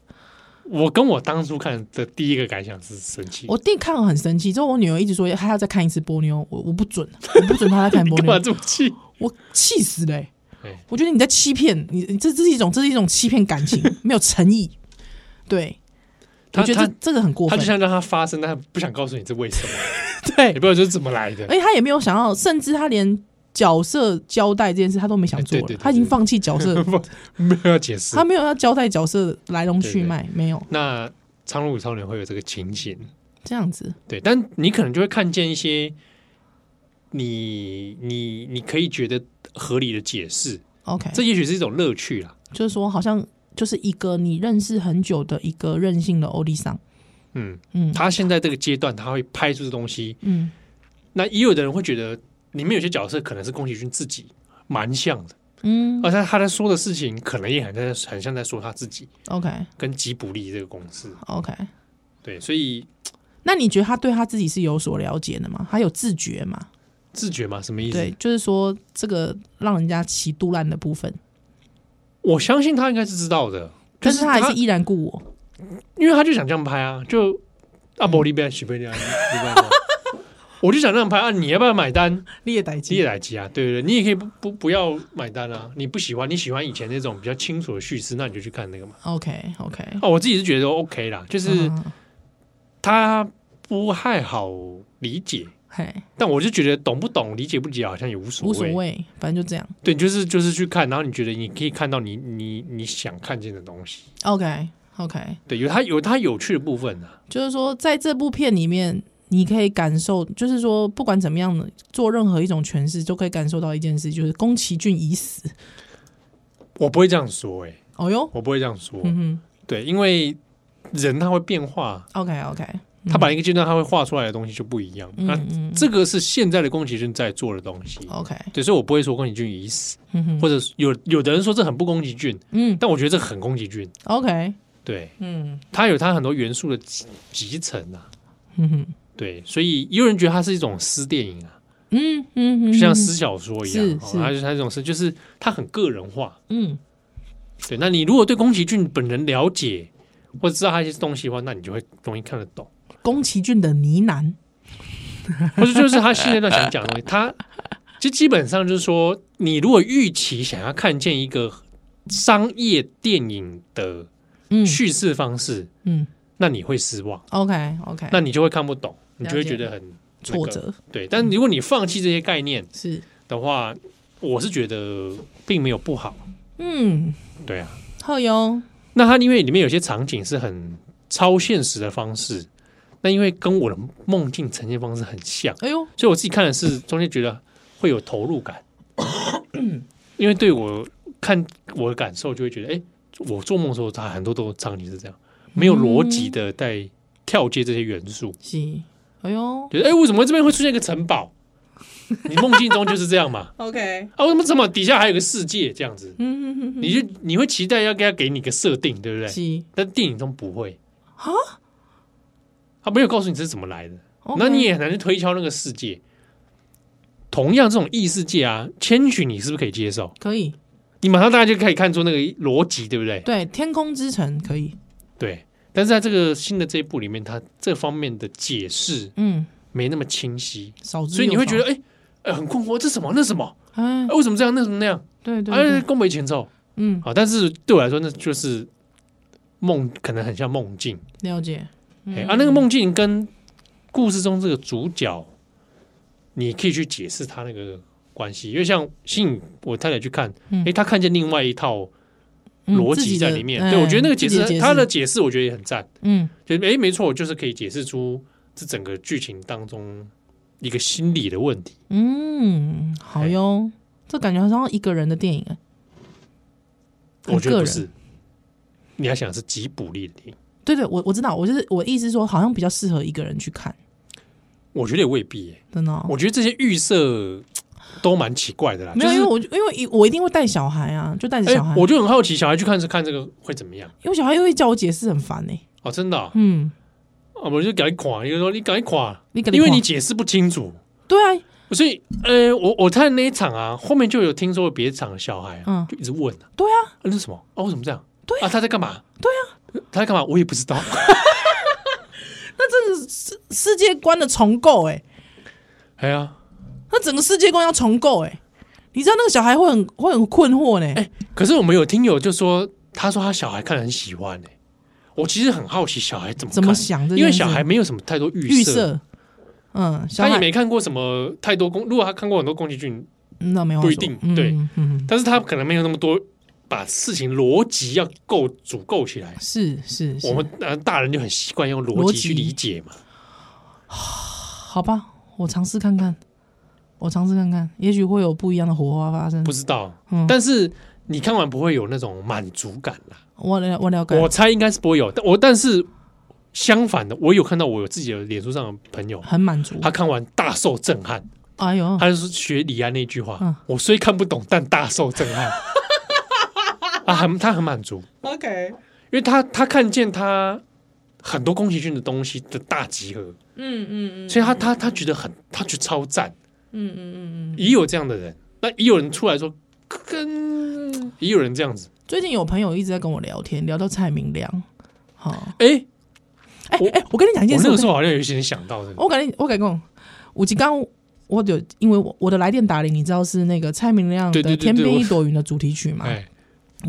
Speaker 2: 我跟我当初看的第一个感想是生气，
Speaker 3: 我弟看了很生气，之后我女儿一直说她要再看一次波妞，我我不准，我不准她再看波
Speaker 2: *laughs* 干嘛
Speaker 3: 妞，
Speaker 2: 这么气？
Speaker 3: 我气死嘞、欸
Speaker 2: 哎
Speaker 3: 我觉得你在欺骗你，你这这是一种这是一种欺骗感情，没有诚意。对，
Speaker 2: 他
Speaker 3: 我觉得
Speaker 2: 他
Speaker 3: 这这个很哎过
Speaker 2: 他
Speaker 3: 分
Speaker 2: 就。 *laughs* 想让它发生，但他不想告诉你这为什么，
Speaker 3: 对
Speaker 2: 也，不知道这是怎么来的。 *laughs*
Speaker 3: 而且他也没有想要，甚至他连角色交代这件事他都没想做
Speaker 2: 哎对对
Speaker 3: 了，
Speaker 2: 对
Speaker 3: 他已经放弃
Speaker 2: *laughs*
Speaker 3: 角色，
Speaker 2: 没有要解释
Speaker 3: 他。没有要交代角色来龙去脉，没有
Speaker 2: 那《苍鹭与少年》会有这个情形，
Speaker 3: 这样子。
Speaker 2: 对，但你可能就会看见一些你你你可以觉得合理的解释，
Speaker 3: OK，
Speaker 2: 这也许是一种乐趣啦。
Speaker 3: 就是说好像就是一个你认识很久的一个任性的欧丽桑，
Speaker 2: 嗯，
Speaker 3: 嗯
Speaker 2: 他现在这个阶段他会拍出的东西，
Speaker 3: 嗯，
Speaker 2: 那也有的人会觉得，里面有些角色可能是宫崎骏自己蛮像的，
Speaker 3: 嗯
Speaker 2: 而且他在说的事情可能也很在很像在说他自己
Speaker 3: ，OK
Speaker 2: 跟吉卜力这个公司。
Speaker 3: OK，
Speaker 2: 对，所以
Speaker 3: 那你觉得他对他自己是有所了解的吗？他有自觉吗？
Speaker 2: 自觉嘛，什么意
Speaker 3: 对
Speaker 2: 思？，
Speaker 3: 就是说这个让人家骑杜烂的部分，
Speaker 2: 我相信他应该是知道的，
Speaker 3: 但是
Speaker 2: 就
Speaker 3: 他
Speaker 2: 他
Speaker 3: 还是依然故我。
Speaker 2: 因为他就想这样拍啊，就阿伯利边许贝利亚，啊你明白
Speaker 3: *laughs*
Speaker 2: 吗？我就想这样拍啊，你要不要买单？
Speaker 3: 列代
Speaker 2: 你也，来接啊，对不对？你也可以不不不要买单啊，你不喜欢，你喜欢以前那种比较清楚的叙事，那你就去看那个嘛。
Speaker 3: ，OK OK，
Speaker 2: 哦，我自己是觉得 OK 啦，
Speaker 3: 嗯
Speaker 2: 就是。他不太好理解，
Speaker 3: 嘿，
Speaker 2: 但我就觉得懂不懂、理解不理解好像也无所
Speaker 3: 无
Speaker 2: 谓。
Speaker 3: 所谓，反正就这样。
Speaker 2: 对，就是就是去看，然后你觉得你可以看到你你你想看见的东西。
Speaker 3: OK OK，
Speaker 2: 对，有它有它有趣的部分啊。
Speaker 3: 就是说，在这部片里面，你可以感受，就是说，不管怎么样的做任何一种诠释，都可以感受到一件事，就是宫崎骏已死。
Speaker 2: 我不会这样说、欸，
Speaker 3: 哦哟，
Speaker 2: 我不会这样说。
Speaker 3: 嗯
Speaker 2: 对，因为人他会变化，
Speaker 3: 哼，OK OK，
Speaker 2: 他把一个阶段他会画出来的东西就不一样。那、
Speaker 3: 嗯嗯
Speaker 2: 这个是现在的宫崎骏在做的东西。
Speaker 3: ，OK，
Speaker 2: 对，所以我不会说宫崎骏已死，
Speaker 3: 嗯哼，
Speaker 2: 或者有有的人说这很不宫崎骏，
Speaker 3: 嗯
Speaker 2: 但我觉得这很宫崎骏。
Speaker 3: ，OK，
Speaker 2: 对，
Speaker 3: 嗯
Speaker 2: 它有它很多元素的集集成啊。
Speaker 3: 嗯哼，
Speaker 2: 对，所以也有人觉得它是一种私电影啊，
Speaker 3: 嗯嗯嗯，
Speaker 2: 就像私小说一
Speaker 3: 是
Speaker 2: 样，
Speaker 3: 是
Speaker 2: 哦它就是它这种事，就是它很个人化。
Speaker 3: 嗯
Speaker 2: 对，那你如果对宫崎骏本人了解或知道他一些东西的话，那你就会容易看得
Speaker 3: *laughs*
Speaker 2: 懂，
Speaker 3: 宫崎骏的呢喃，
Speaker 2: 或者就是他现阶段想讲的东西，他就基本上就是说，你如果预期想要看见一个商业电影的
Speaker 3: 嗯
Speaker 2: 叙事方式，
Speaker 3: 嗯
Speaker 2: 那你会失望，
Speaker 3: ，OK OK，
Speaker 2: 那你就会看不懂，你就会
Speaker 3: 了解
Speaker 2: 觉得很那
Speaker 3: 挫
Speaker 2: 个。
Speaker 3: 折
Speaker 2: 对，但如果你放弃这些概念。
Speaker 3: 是，
Speaker 2: 的话，我是觉得并没有不好。
Speaker 3: 嗯，
Speaker 2: 对啊，
Speaker 3: 好哟，
Speaker 2: 那它因为里面有些场景是很超现实的方式，那因为跟我的梦境呈现方式很像，
Speaker 3: 哎呦，
Speaker 2: 所以我自己看的是中间觉得会有投入感，因为对我看我的感受就会觉得，哎、我做梦的时候，它很多都场景是这样，没有逻辑的在跳接这些元素，
Speaker 3: 是，哎呦，。
Speaker 2: 觉得哎、诶为什么这边会出现一个城堡？你梦境中就是这样嘛
Speaker 3: OK，
Speaker 2: 啊，为什么怎么底下还有个世界这样子？
Speaker 3: 嗯，
Speaker 2: 你就你会期待要给他给你个设定，对不对？
Speaker 3: 是，
Speaker 2: 但电影中不会啊，他没有告诉你这是怎么来的，那
Speaker 3: OK
Speaker 2: 你也很难去推敲那个世界。同样，这种异世界啊，千寻你是不是可以接受？
Speaker 3: 可以，
Speaker 2: 你马上大家就可以看出那个逻辑，对不对？
Speaker 3: 对，天空之城可以，
Speaker 2: 对。但是在这个新的这一部里面，它这方面的解释
Speaker 3: 嗯，
Speaker 2: 没那么清晰，
Speaker 3: 少之，
Speaker 2: 所以你会觉得，哎、哎很困惑，这什么那什么，
Speaker 3: 哎
Speaker 2: 哎、，为什么这样那什么那样，
Speaker 3: 对对
Speaker 2: 哎
Speaker 3: 对，
Speaker 2: 宫北前奏
Speaker 3: 嗯，
Speaker 2: 好，但是对我来说，那就是梦，可能很像梦境。
Speaker 3: 了解，
Speaker 2: 哎、
Speaker 3: 嗯
Speaker 2: 啊，那个梦境跟故事中这个主角，你可以去解释他那个关系，因为像信我太太去看，哎、
Speaker 3: 嗯
Speaker 2: 他看见另外一套逻辑在里面，
Speaker 3: 哎
Speaker 2: 对我觉得那个解释，他
Speaker 3: 他
Speaker 2: 的，解释我觉得也很赞，
Speaker 3: 嗯
Speaker 2: 就哎、没错，就是可以解释出这整个剧情当中一个心理的问题。
Speaker 3: 嗯，好
Speaker 2: 哎
Speaker 3: 哟，这感觉好像一个人的电影，哎很
Speaker 2: 我觉得
Speaker 3: 个
Speaker 2: 不
Speaker 3: 人
Speaker 2: 是，你要想是吉卜力的电影，
Speaker 3: 对对，我我知道，我就是我意思是说，好像比较适合一个人去看，
Speaker 2: 我觉得也未必、耶
Speaker 3: 真的哦，
Speaker 2: 我觉得这些预设都蛮奇怪的啦，
Speaker 3: 没有，
Speaker 2: 就是
Speaker 3: 因为我因为一我一定会带小孩啊，就带着
Speaker 2: 哎、
Speaker 3: 小孩，
Speaker 2: 我就很好奇，小孩去看是看这个会怎么样？
Speaker 3: 因为小孩又会叫我解释，很烦欸呢。
Speaker 2: 哦，真的啊、
Speaker 3: 嗯，
Speaker 2: 啊，我就赶紧垮，就说你赶紧垮，
Speaker 3: 你给
Speaker 2: 因为你解释不清楚，
Speaker 3: 对啊，
Speaker 2: 所以呃，我我看那一场啊，后面就有听说别场的小孩、啊，
Speaker 3: 嗯
Speaker 2: 就一直问啊，
Speaker 3: 对啊，
Speaker 2: 啊那是什么？啊，为什么这样？
Speaker 3: 对
Speaker 2: 啊，他在干嘛？对啊，他在干嘛？我也不知道。 *laughs*
Speaker 3: 世界观的重构，哎，
Speaker 2: 哎呀，
Speaker 3: 那整个世界观要重构，哎，你知道那个小孩会很会很困惑呢。
Speaker 2: 可是我们有听友就说，他说他小孩看得很喜欢呢、我其实很好奇小孩怎么
Speaker 3: 怎么
Speaker 2: 看
Speaker 3: 想这
Speaker 2: 因为
Speaker 3: 件事
Speaker 2: 小孩没有什么太多预
Speaker 3: 预
Speaker 2: 设，
Speaker 3: 设，嗯，小
Speaker 2: 他也
Speaker 3: 孩
Speaker 2: 没看过什么太多宫，如果他看过很多宫崎骏，
Speaker 3: 嗯那没有
Speaker 2: 不一定对，
Speaker 3: 嗯嗯，
Speaker 2: 但是他可能没有那么多把事情逻辑要构组构起来。
Speaker 3: 是是是，
Speaker 2: 我们呃大人就很习惯用逻
Speaker 3: 逻
Speaker 2: 辑
Speaker 3: 辑
Speaker 2: 去理解嘛，
Speaker 3: 好吧，我尝试看看，我尝试看看，也许会有不一样的火花发生
Speaker 2: 不。知道
Speaker 3: 嗯。
Speaker 2: 但是你看完不会有那种满足感啦。
Speaker 3: 我了我了解，
Speaker 2: 我猜应该是不会有，但我但是相反的，我有看到我有自己的脸书上的朋友，
Speaker 3: 很满足。
Speaker 2: 他看完大受震撼，
Speaker 3: 哎呦，
Speaker 2: 他就是学李安那句话
Speaker 3: 嗯：“
Speaker 2: 我虽看不懂，但大受震撼。” *laughs* 啊，很他很满足，
Speaker 3: OK，
Speaker 2: 因为他他看见他很多宫崎骏的东西的大集合，
Speaker 3: 嗯嗯嗯
Speaker 2: 所以他他他觉得很，他觉得超赞，
Speaker 3: 嗯嗯嗯嗯。
Speaker 2: 也有这样的人，那也有人出来说，跟也有人这样子，
Speaker 3: 最近有朋友一直在跟我聊天，聊到蔡明亮。好，
Speaker 2: 哎、
Speaker 3: 哎
Speaker 2: 我
Speaker 3: 哎，我跟你讲一
Speaker 2: 我
Speaker 3: 件事，
Speaker 2: 那
Speaker 3: 我
Speaker 2: 个时候好像有一些人想到这个，
Speaker 3: 我感觉我感觉，我刚刚我有因为我我的来电打铃，你知道是那个蔡明亮的
Speaker 2: 对对
Speaker 3: 《
Speaker 2: 对对
Speaker 3: 天边
Speaker 2: 我
Speaker 3: 一朵云》的主题曲嘛？
Speaker 2: 哎、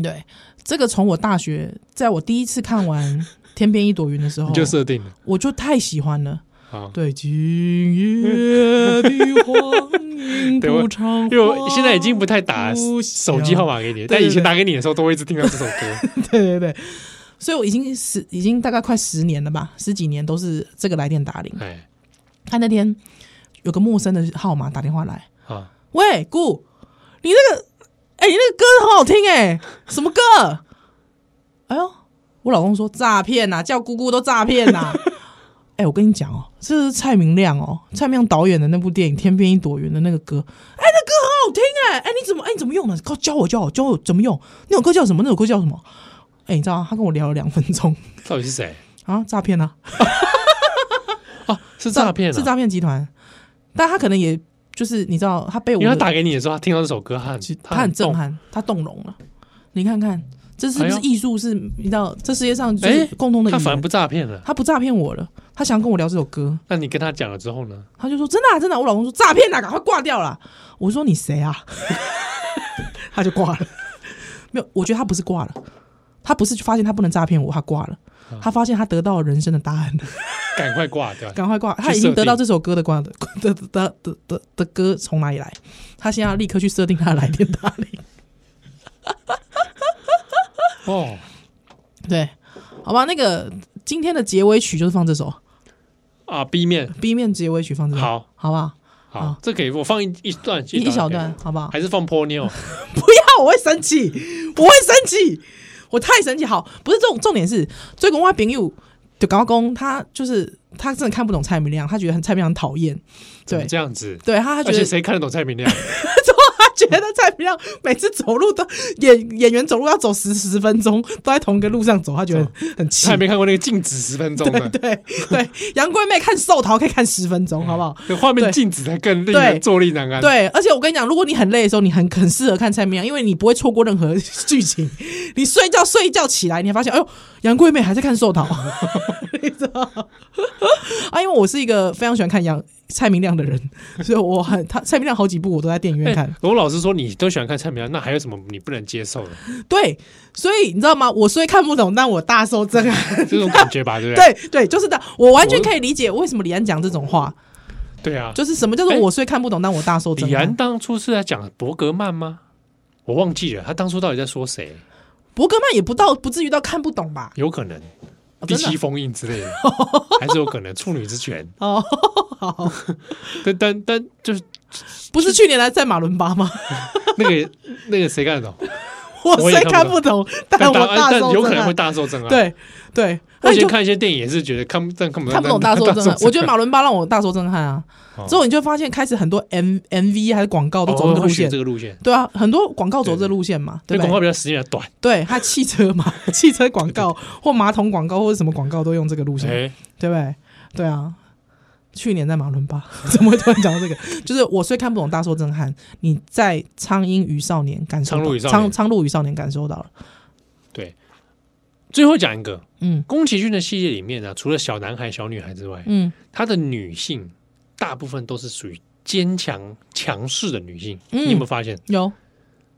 Speaker 3: 对，这个从我大学，在我第一次看完《天边一朵云》的时候，
Speaker 2: 你就设定了，
Speaker 3: 我就太喜欢了。
Speaker 2: 好，
Speaker 3: 哦对，今夜的黄莺
Speaker 2: *laughs* 对我
Speaker 3: 不唱
Speaker 2: 因为我现在已经不太打
Speaker 3: 不想
Speaker 2: 手机号码给你，但以前打给你的时候，都会一直听到这首
Speaker 3: *laughs*
Speaker 2: 歌，
Speaker 3: 对对对，所以我已经十已经大概快十年了吧，十几年都是这个来电打铃。
Speaker 2: 哎，
Speaker 3: 他那天有个陌生的号码打电话来，
Speaker 2: 啊，
Speaker 3: 喂，姑，你那个，哎、你那个歌很好听哎、什
Speaker 2: *laughs*
Speaker 3: 么歌？哎呦，我老公说诈骗呐，叫姑姑都诈骗
Speaker 2: *laughs*
Speaker 3: 呐。哎、我跟你讲哦，这是蔡明亮哦，蔡明亮导演的那部电影《天边一朵云》的那个歌，哎、那歌很好听哎、哎、你怎么哎、你怎么用的？告教我教我教我怎么用？那首歌叫什么？那首歌叫什么？哎、你知道吗他跟我聊了两分钟 *laughs*
Speaker 2: 到底是谁
Speaker 3: 啊，诈骗啊，
Speaker 2: 啊？是诈骗、啊，
Speaker 3: 是诈骗集团，但他可能也就是你知道，他被我
Speaker 2: 因为他
Speaker 3: 的
Speaker 2: 打给你的时候，他听到这首歌，他很
Speaker 3: 其他很震
Speaker 2: 动，
Speaker 3: 撼，他动容了。你看看，这是不
Speaker 2: 哎
Speaker 3: 是
Speaker 2: 呦
Speaker 3: 艺术？是你知道，这世界上就
Speaker 2: 哎
Speaker 3: 是共同的语
Speaker 2: 他反而
Speaker 3: 言。
Speaker 2: 不诈骗了。
Speaker 3: 他不诈骗我了，他想跟我聊这首歌，
Speaker 2: 那你跟他讲了之后呢？
Speaker 3: 他就说：“真的、啊，真的啊、我老公说：“诈骗啊，赶快挂掉啦！”我说：“你谁啊？” *laughs* 他就挂了。没有，我觉得他不是挂了，他不是发现他不能诈骗我，他挂了。
Speaker 2: 嗯
Speaker 3: 他发现他得到了人生的答案，
Speaker 2: 赶快挂掉，
Speaker 3: 赶快挂！他
Speaker 2: 去设
Speaker 3: 已经
Speaker 2: 定
Speaker 3: 得到这首歌的挂的的的的的的歌从哪里来？他现在要立刻去设定他的来电 *laughs* 打铃。
Speaker 2: 哦，
Speaker 3: 对，好吧，那个今天的结尾曲就是放这首
Speaker 2: 啊，B 面，
Speaker 3: B 面结尾曲，放这首，
Speaker 2: 好，
Speaker 3: 好不好？
Speaker 2: 好
Speaker 3: 好，
Speaker 2: 这可以，我放一一段，
Speaker 3: 一一小
Speaker 2: 可以
Speaker 3: 段，，好不好？
Speaker 2: 还是放 p o r n e o
Speaker 3: 不要，我会生气，我会生气，我太生气。好，不是重重点是，最近我的朋友就高公，他就是他真的看不懂蔡明亮，他觉得很蔡明亮很讨厌，
Speaker 2: 怎么
Speaker 3: *laughs*
Speaker 2: 嗯
Speaker 3: 对
Speaker 2: 这样子？
Speaker 3: 对他他
Speaker 2: 而
Speaker 3: 觉
Speaker 2: 且
Speaker 3: 得
Speaker 2: 谁看得懂蔡明
Speaker 3: *laughs*
Speaker 2: 亮？
Speaker 3: 他觉得蔡明亮每次走路都演演员走路要走十十分钟，都在同一个路上走，他觉得很很气
Speaker 2: 他还。没看过那个静止十分钟呢，
Speaker 3: 对对，杨贵妹看寿桃可以看十分钟，好不好？
Speaker 2: 那画面
Speaker 3: 对
Speaker 2: 静止才更令
Speaker 3: 对
Speaker 2: 人坐立难安。
Speaker 3: 对，而且我跟你讲，如果你很累的时候，你很很适合看蔡明亮，因为你不会错过任何剧情。 *laughs* 你睡觉睡一觉起来，你还发现，哎呦，杨贵妹还在看寿桃， *laughs* 你知道？啊，因为我是一个非常喜欢看杨蔡明亮的人，所以我很他蔡明亮好几部我都在电影院
Speaker 2: 哎，
Speaker 3: 看。
Speaker 2: *laughs* 我老实说，你都喜欢看蔡明亮，那还有什么你不能接
Speaker 3: *laughs*
Speaker 2: 受的？
Speaker 3: 对，所以你知道吗？我虽看不懂，但我大受震撼。
Speaker 2: 这种感觉吧， *laughs* 对不对？
Speaker 3: 对对，就是的，我完全可以理解为什么李安讲这种话，
Speaker 2: 对啊，
Speaker 3: 就是什么叫做我虽看不懂，但我大受震
Speaker 2: 李安
Speaker 3: 撼。
Speaker 2: 当初是在讲伯格曼吗？我忘记了，他当初到底在说谁？
Speaker 3: 伯格曼也不到不至于到看不懂吧？
Speaker 2: 有可能
Speaker 3: 哦
Speaker 2: 第
Speaker 3: 真的
Speaker 2: 七封印之类
Speaker 3: *laughs*
Speaker 2: 的，还是有可能处女之泉。
Speaker 3: 哦，好，
Speaker 2: 但但但就是
Speaker 3: 不是去年来在马伦巴吗？
Speaker 2: 那个 *laughs* 那个谁看得懂？
Speaker 3: 我
Speaker 2: 我也
Speaker 3: 虽
Speaker 2: 看
Speaker 3: 看
Speaker 2: 不
Speaker 3: 不懂， *laughs* 但我
Speaker 2: 当
Speaker 3: 大
Speaker 2: 但
Speaker 3: 受
Speaker 2: 有可
Speaker 3: 震
Speaker 2: 能会
Speaker 3: 撼。
Speaker 2: 大受震撼。，
Speaker 3: 对对，
Speaker 2: 我
Speaker 3: 那
Speaker 2: 以
Speaker 3: 你
Speaker 2: 前
Speaker 3: 就
Speaker 2: 看一些电影也是觉得看不但看不
Speaker 3: 看不懂大受震撼。我觉得马伦巴让我大受震撼啊！
Speaker 2: 哦
Speaker 3: 之后你就发现开始很多 M M V 还是广告
Speaker 2: 我
Speaker 3: 都走
Speaker 2: 会
Speaker 3: 这个
Speaker 2: 会
Speaker 3: 路
Speaker 2: 选
Speaker 3: 线
Speaker 2: 这，个路线，
Speaker 3: 对啊，很多广告走这
Speaker 2: 对对
Speaker 3: 路线嘛，
Speaker 2: 那
Speaker 3: 对不
Speaker 2: 广
Speaker 3: 对
Speaker 2: 告？比较时间比较短。
Speaker 3: 对，它汽
Speaker 2: *laughs*
Speaker 3: 车嘛，汽车广告或马桶广告或者什么广告都用这个路线，
Speaker 2: 哎，
Speaker 3: 对不对？对啊，去年在马伦巴， *laughs* 怎么会突然讲到这个？就是我虽看不懂大受震撼，你在《苍鹰与少年》感受到，
Speaker 2: 苍鹭与少年
Speaker 3: 苍苍鹭与少年》感受到了，
Speaker 2: 对。最后讲一个
Speaker 3: 嗯
Speaker 2: 宫崎骏的系列里面呢、除了小男孩、小女孩之外，
Speaker 3: 嗯
Speaker 2: 他的女性大部分都是属于坚强、强势的女性。
Speaker 3: 嗯
Speaker 2: 你有没有发现？
Speaker 3: 有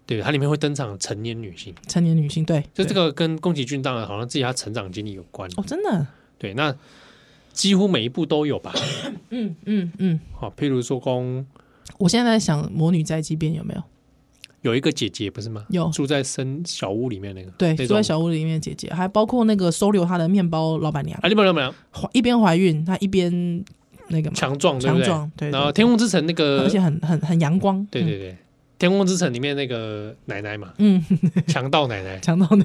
Speaker 2: 对，它里面会登场成年女性，
Speaker 3: 成年女性，对，
Speaker 2: 就这
Speaker 3: 对
Speaker 2: 个跟宫崎骏当然好像自己他成长经历有关。
Speaker 3: 哦，真的，
Speaker 2: 对，那几乎每一部都有吧。
Speaker 3: 嗯嗯嗯，
Speaker 2: 好、譬如说宫
Speaker 3: 我现在在想《魔女宅急便》有没有？
Speaker 2: 有一个姐姐不是吗？
Speaker 3: 有
Speaker 2: 住在深小屋里面那个，
Speaker 3: 哦对，
Speaker 2: 那
Speaker 3: 住在
Speaker 2: 种
Speaker 3: 小屋里面的姐姐，还包括那个收留她的面包老板娘，
Speaker 2: 啊，你们有没有
Speaker 3: 怀一边怀孕，她一边那个嘛，
Speaker 2: 强壮，对不
Speaker 3: 强
Speaker 2: 对？
Speaker 3: 壮，对，嗯对
Speaker 2: 然后《
Speaker 3: 对
Speaker 2: 天空之城》那个
Speaker 3: 而，且很很很阳光，
Speaker 2: 对对对，天空之城》里面那个奶奶嘛，
Speaker 3: 嗯，嗯，
Speaker 2: 强盗奶奶。
Speaker 3: 强盗奶，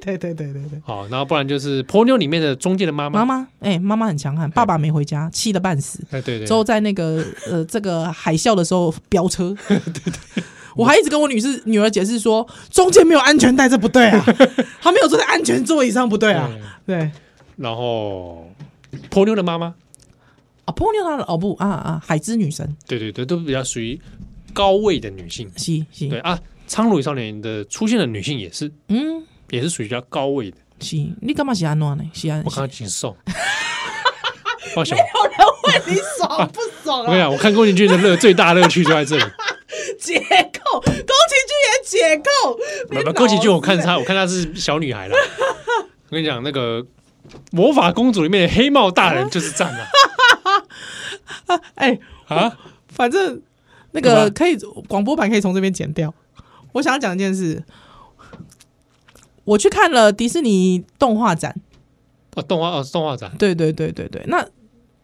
Speaker 3: 对 *laughs* 对对对对，
Speaker 2: 好，然后不然就是《婆妞》里面的中间的妈妈
Speaker 3: 妈，妈，哎，妈妈很强悍，爸爸没回家，气得半死，
Speaker 2: 哎，对对
Speaker 3: 之，后在那
Speaker 2: *laughs*
Speaker 3: 个呃这个海啸的时候飙车， *laughs* 我还一直跟我女士女儿解释说，中间没有安全带，这不对
Speaker 2: *laughs*
Speaker 3: 啊，她没有坐在安全座椅上，不对啊，
Speaker 2: 嗯
Speaker 3: 对。
Speaker 2: 然后婆妞的妈妈，
Speaker 3: 啊，波妞她的哦不啊啊，海之女神，
Speaker 2: 对对对，都比较属于高位的女性。
Speaker 3: 是是，
Speaker 2: 对啊，《苍鹭与少年》的出现的女性也是，
Speaker 3: 嗯，
Speaker 2: 也是属于比较高位的。
Speaker 3: 是，你干嘛喜安暖呢？啊喜安，
Speaker 2: 我看她挺 *laughs* 瘦，我想，
Speaker 3: 有人问你爽不爽
Speaker 2: 我 *laughs* 跟你？讲，我看宫崎骏的乐最大乐趣就在
Speaker 3: *laughs*
Speaker 2: 这里。
Speaker 3: 解构，宫崎骏也解构，
Speaker 2: 没有，宫崎骏，我看她，我看她是小女孩啦。我跟你讲，那个《魔法公主》里面的黑帽大人就是赞
Speaker 3: *laughs*
Speaker 2: 啊
Speaker 3: 哎、
Speaker 2: 啊！
Speaker 3: 反正那
Speaker 2: 干
Speaker 3: 个
Speaker 2: 嘛
Speaker 3: 可以广播版可以从这边剪掉。我想要讲一件事，我去看了迪士尼动画展，
Speaker 2: 哦，动画哦，动画展，
Speaker 3: 对对对对对，那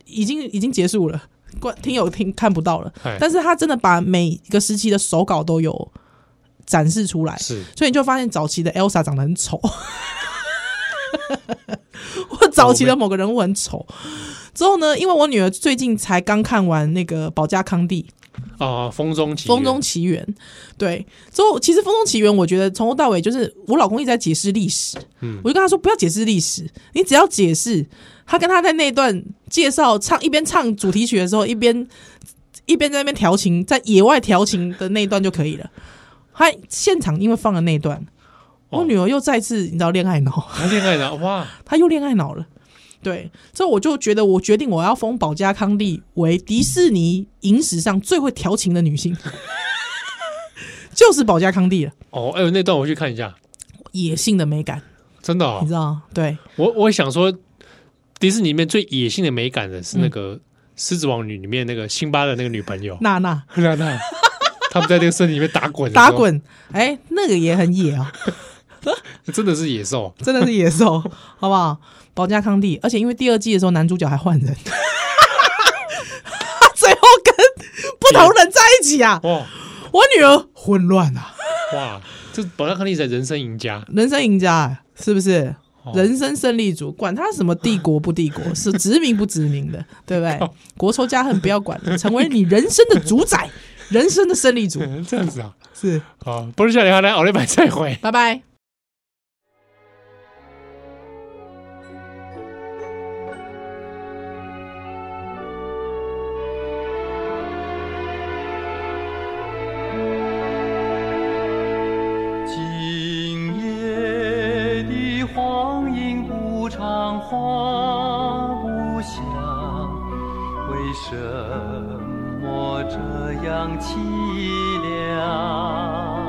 Speaker 3: 已经已经结束了，观听友听看不到了，
Speaker 2: 哎，
Speaker 3: 但是他真的把每一个时期的手稿都有展示出来，
Speaker 2: 是
Speaker 3: 所以你就发现早期的 Elsa 长得很丑， *laughs* 或早期的某个人物很丑。之后呢，因为我女儿最近才刚看完那个《保加康帝》
Speaker 2: 哦，风中
Speaker 3: 《
Speaker 2: 起，
Speaker 3: 风中奇缘》，对。之后其实《风中奇缘》，我觉得从头到尾就是我老公一直在解释历史，
Speaker 2: 嗯
Speaker 3: 我就跟他说不要解释历史，你只要解释。他跟他在那段介绍唱一边唱主题曲的时候，一边一边在那边调情，在野外调情的那一段就可以了。他现场因为放了那一段，
Speaker 2: 哦
Speaker 3: 我女儿又再次你知道恋爱脑，
Speaker 2: 谈哦恋爱的哇，
Speaker 3: 她又恋爱脑了。对，所以我就觉得，我决定我要封保加康利为迪士尼影史上最会调情的女性， *laughs* 就是保加康利了，
Speaker 2: 哦，哎呦，那段我去看一下，
Speaker 3: 野性的美感，
Speaker 2: 真的、哦
Speaker 3: 你，知道？对，
Speaker 2: 我我想说，迪士尼里面最野性的美感的是那个《狮子王》女里面那个辛巴的那个女朋友
Speaker 3: 娜娜
Speaker 2: 娜娜， *laughs* 他们在那个森林里面打滚，
Speaker 3: 打，滚，哎，那个也很野哦，
Speaker 2: 真的是野兽。
Speaker 3: 真的是野兽， *laughs* 好不好？保加康帝，而且因为第二季的时候男主角还换人， *laughs* 他最后跟不同人在一起啊，
Speaker 2: 哇
Speaker 3: 我女儿混乱啊，
Speaker 2: 哇，这宝拉克利才人生赢家
Speaker 3: 人生赢家、哎是不是？人生胜利组，管他什么帝国不帝国，是殖民不殖民的，对不对？国仇家恨不要管，成为你人生的主宰，人生的胜利组
Speaker 2: 这样子啊，
Speaker 3: 是，
Speaker 2: 好，不是笑脸好来，奥利百再会。
Speaker 3: 拜拜。
Speaker 1: 今夜的黄莺不唱花不香，为什么这样凄凉？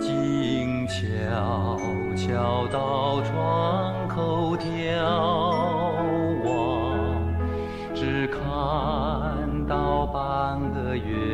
Speaker 1: 静悄悄到窗口眺望，只看到半个月